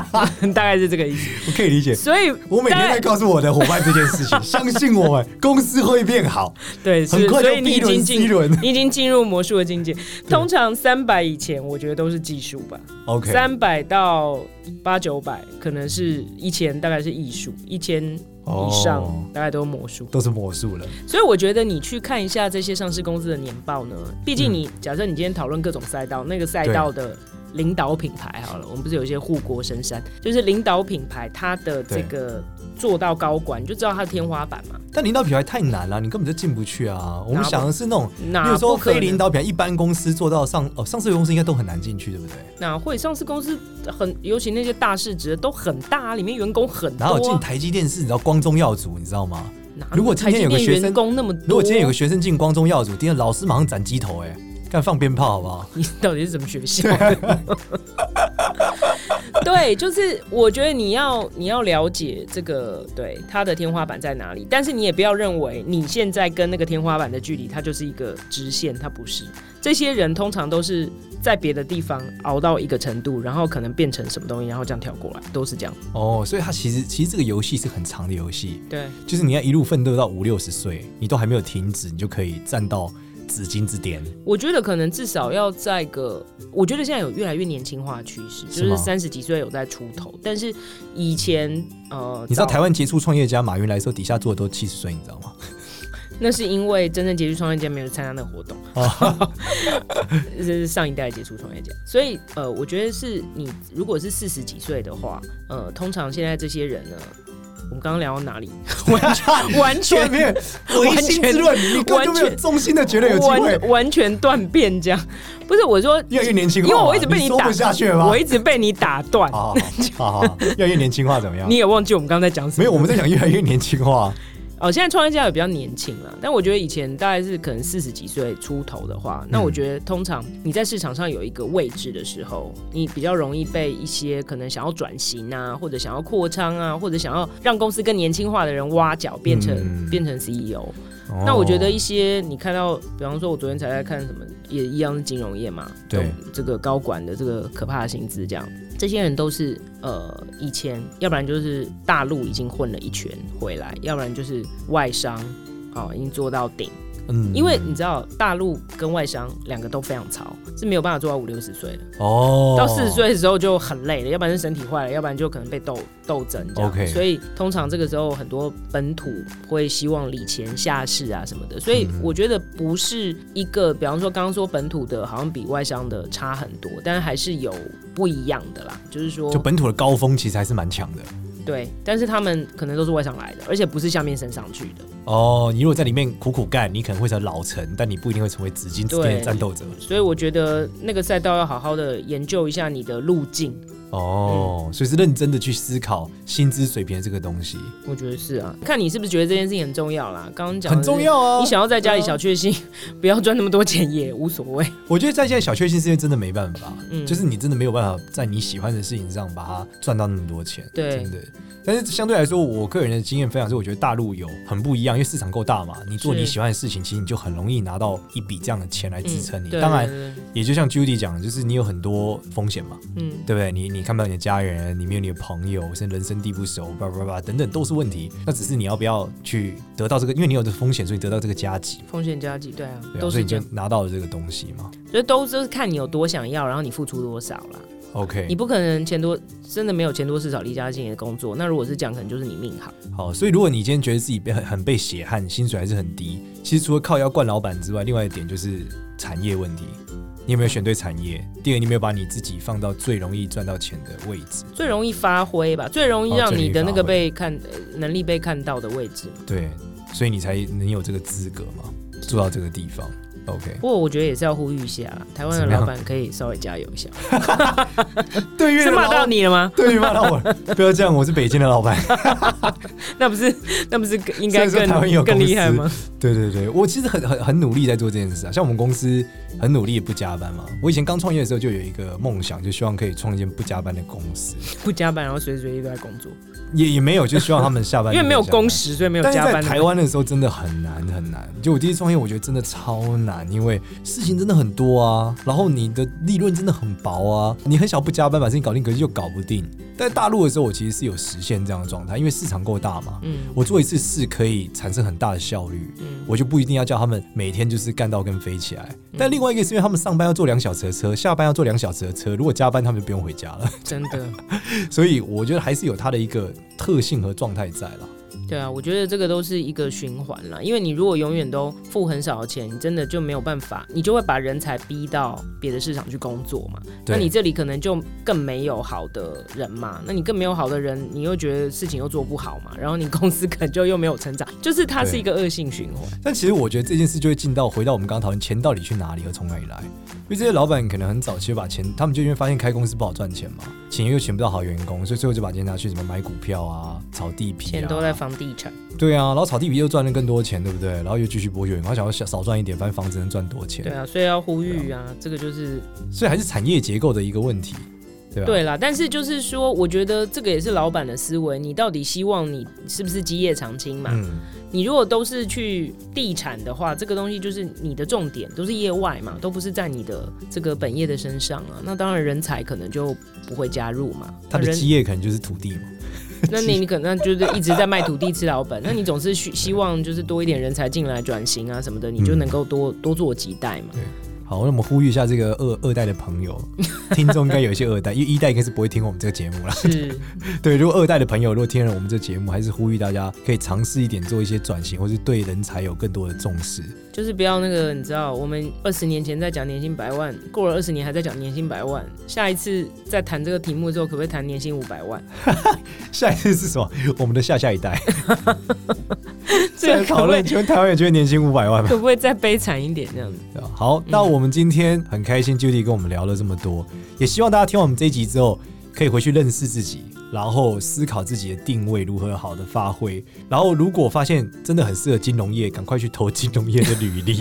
Speaker 3: 大概是这个意思。
Speaker 2: 我可以理解。
Speaker 3: 所以
Speaker 2: 我每天
Speaker 3: 大
Speaker 2: 在
Speaker 3: 概
Speaker 2: 告诉我的伙伴这件 事情，相信我们，公司会变好。
Speaker 3: 对，
Speaker 2: 很
Speaker 3: 是
Speaker 2: 快就
Speaker 3: 所以你已
Speaker 2: B 轮
Speaker 3: 经
Speaker 2: C
Speaker 3: 进
Speaker 2: 轮
Speaker 3: 你已经进入魔术的境界。通常三百以前，我觉得都是技术吧。
Speaker 2: OK，
Speaker 3: 三百到八九百，可能是一千，大概是艺术；一千以上，
Speaker 2: 哦
Speaker 3: 大概都是魔术。
Speaker 2: 都是魔术了。
Speaker 3: 所以我觉得你去看一下这些上市公司的年报呢，毕
Speaker 2: 嗯
Speaker 3: 竟你、假设你今天讨论各种赛道，那个赛道的领导品牌好了，我们不是有一些护国神山，就是领导品牌它的这个做到高管，你就知道它的天花板嘛。
Speaker 2: 但领导品牌太难了，你根本就进不去啊。我们
Speaker 3: 哪不
Speaker 2: 想的是那种，比
Speaker 3: 哪
Speaker 2: 如
Speaker 3: 不
Speaker 2: 说
Speaker 3: 可
Speaker 2: 非领
Speaker 3: 能？
Speaker 2: 导品牌，一般公司做到上哦，上市公司应该都很难进去，对不对？
Speaker 3: 哪会上市公司很，尤其那些大市值的都很大、啊，里面员工很多、
Speaker 2: 哪有进
Speaker 3: 啊。
Speaker 2: 台积电是你知道光宗耀祖，你知道吗？
Speaker 3: 哪
Speaker 2: 如果今天有个
Speaker 3: 台积
Speaker 2: 学
Speaker 3: 电
Speaker 2: 生
Speaker 3: 员工那么多，啊
Speaker 2: 如果今天有个学生进光宗耀祖，第二老师马上斩鸡头、哎，干放鞭炮好不好？
Speaker 3: 你到底是什么学校？ 对，就是我觉得你要你要了解这个，对它的天花板在哪里，但是你也不要认为你现在跟那个天花板的距离，它就是一个直线，它不是。这些人通常都是在别的地方熬到一个程度，然后可能变成什么东西，然后这样跳过来，都是这样。
Speaker 2: 哦，所以它其实其实这个游戏是很长的游戏，
Speaker 3: 对，
Speaker 2: 就是你要一路奋斗到五六十岁，你都还没有停止，你就可以站到紫金之巅。
Speaker 3: 我觉得可能至少要在个，我觉得现在有越来越年轻化的趋势，就是
Speaker 2: 吗
Speaker 3: 是三十几岁有在出头，但是以前呃，
Speaker 2: 你知道
Speaker 3: 早
Speaker 2: 台湾杰出创业家马云来说，底下坐的都七十岁，你知道 吗？
Speaker 3: 那是因为真正杰出创业家没有参加那个活动，
Speaker 2: 哦
Speaker 3: 这是上一代的杰出创业家。所以呃，我觉得是你如果是四十几岁的话，呃，通常现在这些人呢，我们刚刚聊到哪里？完全完
Speaker 2: 全
Speaker 3: 全
Speaker 2: 面唯心之论，你根本就没
Speaker 3: 完
Speaker 2: 有
Speaker 3: 全
Speaker 2: 中心的觉得有机会
Speaker 3: 完，完全断片这样。不是我说，
Speaker 2: 越来越年轻
Speaker 3: 因
Speaker 2: 化嘛。
Speaker 3: 为我一直被
Speaker 2: 你
Speaker 3: 你
Speaker 2: 说
Speaker 3: 打
Speaker 2: 不下去了啊吗？
Speaker 3: 我一直被你打断，
Speaker 2: 好好好好好，越来越年轻化怎么样
Speaker 3: 你？也忘记我们刚才讲什么？
Speaker 2: 没有，我们在讲越来越年轻化。
Speaker 3: 哦，现在创业家也比较年轻了，但我觉得以前大概是可能四十几岁出头的话，那我觉得通常你在市场上有一个位置的时候，你比较容易被一些可能想要转型啊，或者想要扩张啊，或者想要让公司更年轻化的人挖角，变成、
Speaker 2: 嗯
Speaker 3: 变成 E CEO。
Speaker 2: 哦
Speaker 3: 那我觉得一些你看到，比方说，我昨天才在看什么，也一样是金融业嘛，
Speaker 2: 对，
Speaker 3: 这个高管的这个可怕的薪资，这样，这些人都是呃以前，要不然就是大陆已经混了一圈回来，要不然就是外商，哦，已经做到顶，
Speaker 2: 嗯
Speaker 3: 因为你知道大陆跟外商两个都非常潮，是没有办法做到五六十岁的，
Speaker 2: 哦，
Speaker 3: 到四十岁的时候就很累了，要不然是身体坏了，要不然就可能被斗斗争这样。
Speaker 2: OK
Speaker 3: 所以通常这个时候很多本土会希望礼贤下士啊什么的，所以
Speaker 2: 嗯
Speaker 3: 我觉得不是一个，比方说刚刚说本土的好像比外商的差很多，但还是有不一样的啦，就是说
Speaker 2: 哦就本土的高峰其实还是蛮强的。
Speaker 3: 对，但是他们可能都是外商来的，而且不是下面升上去的，
Speaker 2: 哦，你如果在里面苦苦干，你可能会成老臣，但你不一定会成为紫金之巅的战斗者。
Speaker 3: 所以我觉得那个赛道要好好的研究一下你的路径，
Speaker 2: 哦，所以是认真的去思考薪资水平的这个东西，
Speaker 3: 我觉得是啊，看你是不是觉得这件事情很重要啦，刚刚讲的
Speaker 2: 很
Speaker 3: 是
Speaker 2: 重要啊。
Speaker 3: 你想要在家里
Speaker 2: 对啊
Speaker 3: 小确幸， 不要赚那么多钱也无所谓。
Speaker 2: 我觉得在现在小确幸是因为真的没办法，
Speaker 3: 嗯
Speaker 2: 就是你真的没有办法在你喜欢的事情上把它赚到那么多钱，
Speaker 3: 对
Speaker 2: 真的。但是相对来说，我个人的经验分享是，我觉得大陆有很不一样，因为市场够大嘛，你做
Speaker 3: 是
Speaker 2: 你喜欢的事情，其实你就很容易拿到一笔这样的钱来支撑你。
Speaker 3: 嗯对
Speaker 2: 当然，
Speaker 3: 对对对
Speaker 2: 也就像 Judy 讲的，就是你有很多风险嘛，
Speaker 3: 嗯，
Speaker 2: 对不对？你你看不到你的家人，你没有你的朋友，甚至人生地不熟，叭叭叭等等都是问题。那只是你要不要去得到这个，因为你有这风险，所以得到这个加急嘛，
Speaker 3: 风险加急，对啊，
Speaker 2: 对啊，
Speaker 3: 都
Speaker 2: 所以
Speaker 3: 是
Speaker 2: 你就
Speaker 3: 这样，
Speaker 2: 拿到了这个东西嘛。
Speaker 3: 所以都是看你有多想要，然后你付出多少啦。
Speaker 2: OK，
Speaker 3: 你不可能钱多，真的没有钱多事少离家近的工作。那如果是这样，可能就是你命好。
Speaker 2: 好，所以如果你今天觉得自己被很很被血汗，薪水还是很低，其实除了靠腰惯老板之外，另外一点就是产业问题。你有没有选对产业？第二，你有没有把你自己放到最容易赚到钱的位置？
Speaker 3: 最容易发挥吧，最容易
Speaker 2: 哦
Speaker 3: 让
Speaker 2: 最容易
Speaker 3: 你的那
Speaker 2: 发
Speaker 3: 个
Speaker 2: 挥
Speaker 3: 被看、呃能力被看到的位置嘛。
Speaker 2: 对，所以你才能有这个资格嘛，做到这个地方。 OK，
Speaker 3: 不过我觉得也是要呼吁一下，台湾的
Speaker 2: 怎么样
Speaker 3: 老板可以稍微加油 一下。
Speaker 2: 对于
Speaker 3: 是骂到
Speaker 2: 你，
Speaker 3: 你了吗？
Speaker 2: 对于骂到我，不要这样，我是北京的老板。
Speaker 3: 那不是那不是更应该
Speaker 2: 虽然说台湾也有
Speaker 3: 更
Speaker 2: 公
Speaker 3: 更
Speaker 2: 司
Speaker 3: 厉害吗？
Speaker 2: 对对对，我其实很很很努力在做这件事啊。像我们公司很努力不加班嘛。我以前刚创业的时候就有一个梦想，就希望可以创建不加班的公司，
Speaker 3: 不加班，然后随时随地都在工作，
Speaker 2: 也也没有，就希望他们下班
Speaker 3: 因为没有工
Speaker 2: 时。
Speaker 3: 时，所以没有
Speaker 2: 但是
Speaker 3: 加
Speaker 2: 在
Speaker 3: 班。
Speaker 2: 台湾的时候真的很难很难。就我第一次创业，我觉得真的超难，因为事情真的很多啊，然后你的利润真的很薄啊，你很想不加班把事情搞定，可是又搞不定。在大陆的时候，我其实是有实现这样的状态，因为市场够大嘛，
Speaker 3: 嗯
Speaker 2: 我做一次事可以产生很大的效率。
Speaker 3: 嗯，
Speaker 2: 我就不一定要叫他们每天就是干到跟飞起来，但另外一个是因为他们上班要坐两小时的车，下班要坐两小时的车，如果加班他们就不用回家了，
Speaker 3: 真的，
Speaker 2: 所以我觉得还是有它的一个特性和状态在了。
Speaker 3: 对啊，我觉得这个都是一个循环啦。因为你如果永远都付很少的钱，你真的就没有办法，你就会把人才逼到别的市场去工作嘛。那
Speaker 2: 对
Speaker 3: 你这里可能就更没有好的人嘛，那你更没有好的人，你又觉得事情又做不好嘛，然后你公司可能就又没有成长，就是它是一个恶性循环。
Speaker 2: 但其实我觉得这件事就会进到回到我们刚刚讨论钱到底去哪里和从哪里来，因为这些老板可能很早期就把钱，他们就因为发现开公司不好赚钱嘛，钱又请不到好员工，所以最后就把钱拿去什么买股票啊、炒地皮、啊，
Speaker 3: 钱都在房地产，
Speaker 2: 对啊，然后炒地皮又赚了更多钱，对不对？然后又继续剥削员工，他想要少少赚一点，反正房子能赚多钱
Speaker 3: 对，啊，所以要呼吁啊，这个就是
Speaker 2: 所以还是产业结构的一个问题，对吧？
Speaker 3: 对啦，但是就是说，我觉得这个也是老板的思维，你到底希望你是不是基业长青嘛？
Speaker 2: 嗯，
Speaker 3: 你如果都是去地产的话，这个东西就是你的重点，都是业外嘛，都不是在你的这个本业的身上啊。那当然人才可能就不会加入嘛。
Speaker 2: 他的
Speaker 3: 人
Speaker 2: 基业可能就是土地嘛。
Speaker 3: 那你你可能就是一直在卖土地吃老本，那你总是希希望就是多一点人才进来转型啊什么的，你
Speaker 2: 嗯
Speaker 3: 就能够多、多做几代 嘛。
Speaker 2: 好，那我们呼吁一下这个二二代的朋 友，听众应该有一些二代，因为一代应该是不会听我们这个节目 啦。
Speaker 3: 是，
Speaker 2: 对，如果二代的朋友如果听了我们这个节目，还是呼吁大家可以尝试一点做一些转型，或是对人才有更多的重视。
Speaker 3: 就是不要那个，你知道，我们二十年前在讲年薪百万，过了二十年还在讲年薪百万，下一次再谈这个题目的时候，可不可以谈年薪五 百万？
Speaker 2: 下一次是什么？我们的下下一代。
Speaker 3: 这个
Speaker 2: 在讨
Speaker 3: 可不可
Speaker 2: 论，
Speaker 3: 以
Speaker 2: 请问台湾有觉得年薪五百万吗？
Speaker 3: 可不可以再悲惨一点这样子？
Speaker 2: 对啊好，那我们今天很开心，Judy 跟我们聊了这么多，也希望大家听完我们这一集之后，可以回去认识自己，然后思考自己的定位如何好的发挥。然后如果发现真的很适合金融业，赶快去投金融业的履 历。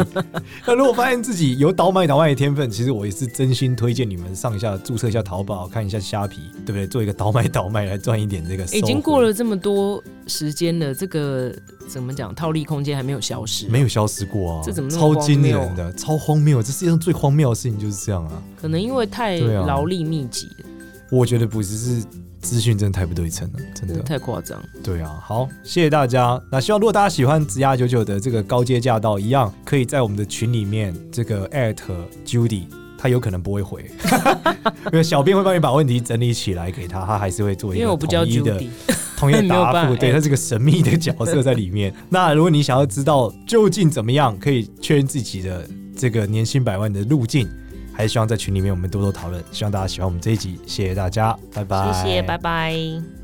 Speaker 2: 那如果发现自己有倒买倒卖的天分，其实我也是真心推荐你们上一下注册一下淘宝，看一下虾皮，对不对？做一个倒买倒卖来赚一点这个。
Speaker 3: 已哎经过，了这么多时间了，这个怎么讲？套利空间还没有消失，
Speaker 2: 没有消失过啊，
Speaker 3: 这怎么那么
Speaker 2: 超惊
Speaker 3: 荒
Speaker 2: 人
Speaker 3: 谬
Speaker 2: 的，超荒谬！这世界上最荒谬的事情就是这样啊。
Speaker 3: 可能因为太
Speaker 2: 对啊
Speaker 3: 劳力密集了，
Speaker 2: 我觉得不只是资讯真的太不对称了，真
Speaker 3: 真的
Speaker 2: 的。
Speaker 3: 太夸张。
Speaker 2: 对啊，好，谢谢大家。那希望如果大家喜欢直压九九的这个高阶驾到，一样可以在我们的群里面这个 at Judy。他有可能不会回， 因为小编会帮你把问题整理起来给他，他还是会做一
Speaker 3: 因为
Speaker 2: 个
Speaker 3: 我不叫
Speaker 2: 统一的
Speaker 3: Judy，
Speaker 2: 同业
Speaker 3: 没有
Speaker 2: 答
Speaker 3: 办
Speaker 2: 复，
Speaker 3: 法
Speaker 2: 对，
Speaker 3: 哎
Speaker 2: 它是个神秘的角色在里 面。那如果你想要知道究竟怎么样可以确认自己的这个年薪百万的路径，还是希望在群里面我们多多讨论。希望大家喜欢我们这一集，谢谢大家，拜拜，
Speaker 3: 谢谢，拜拜。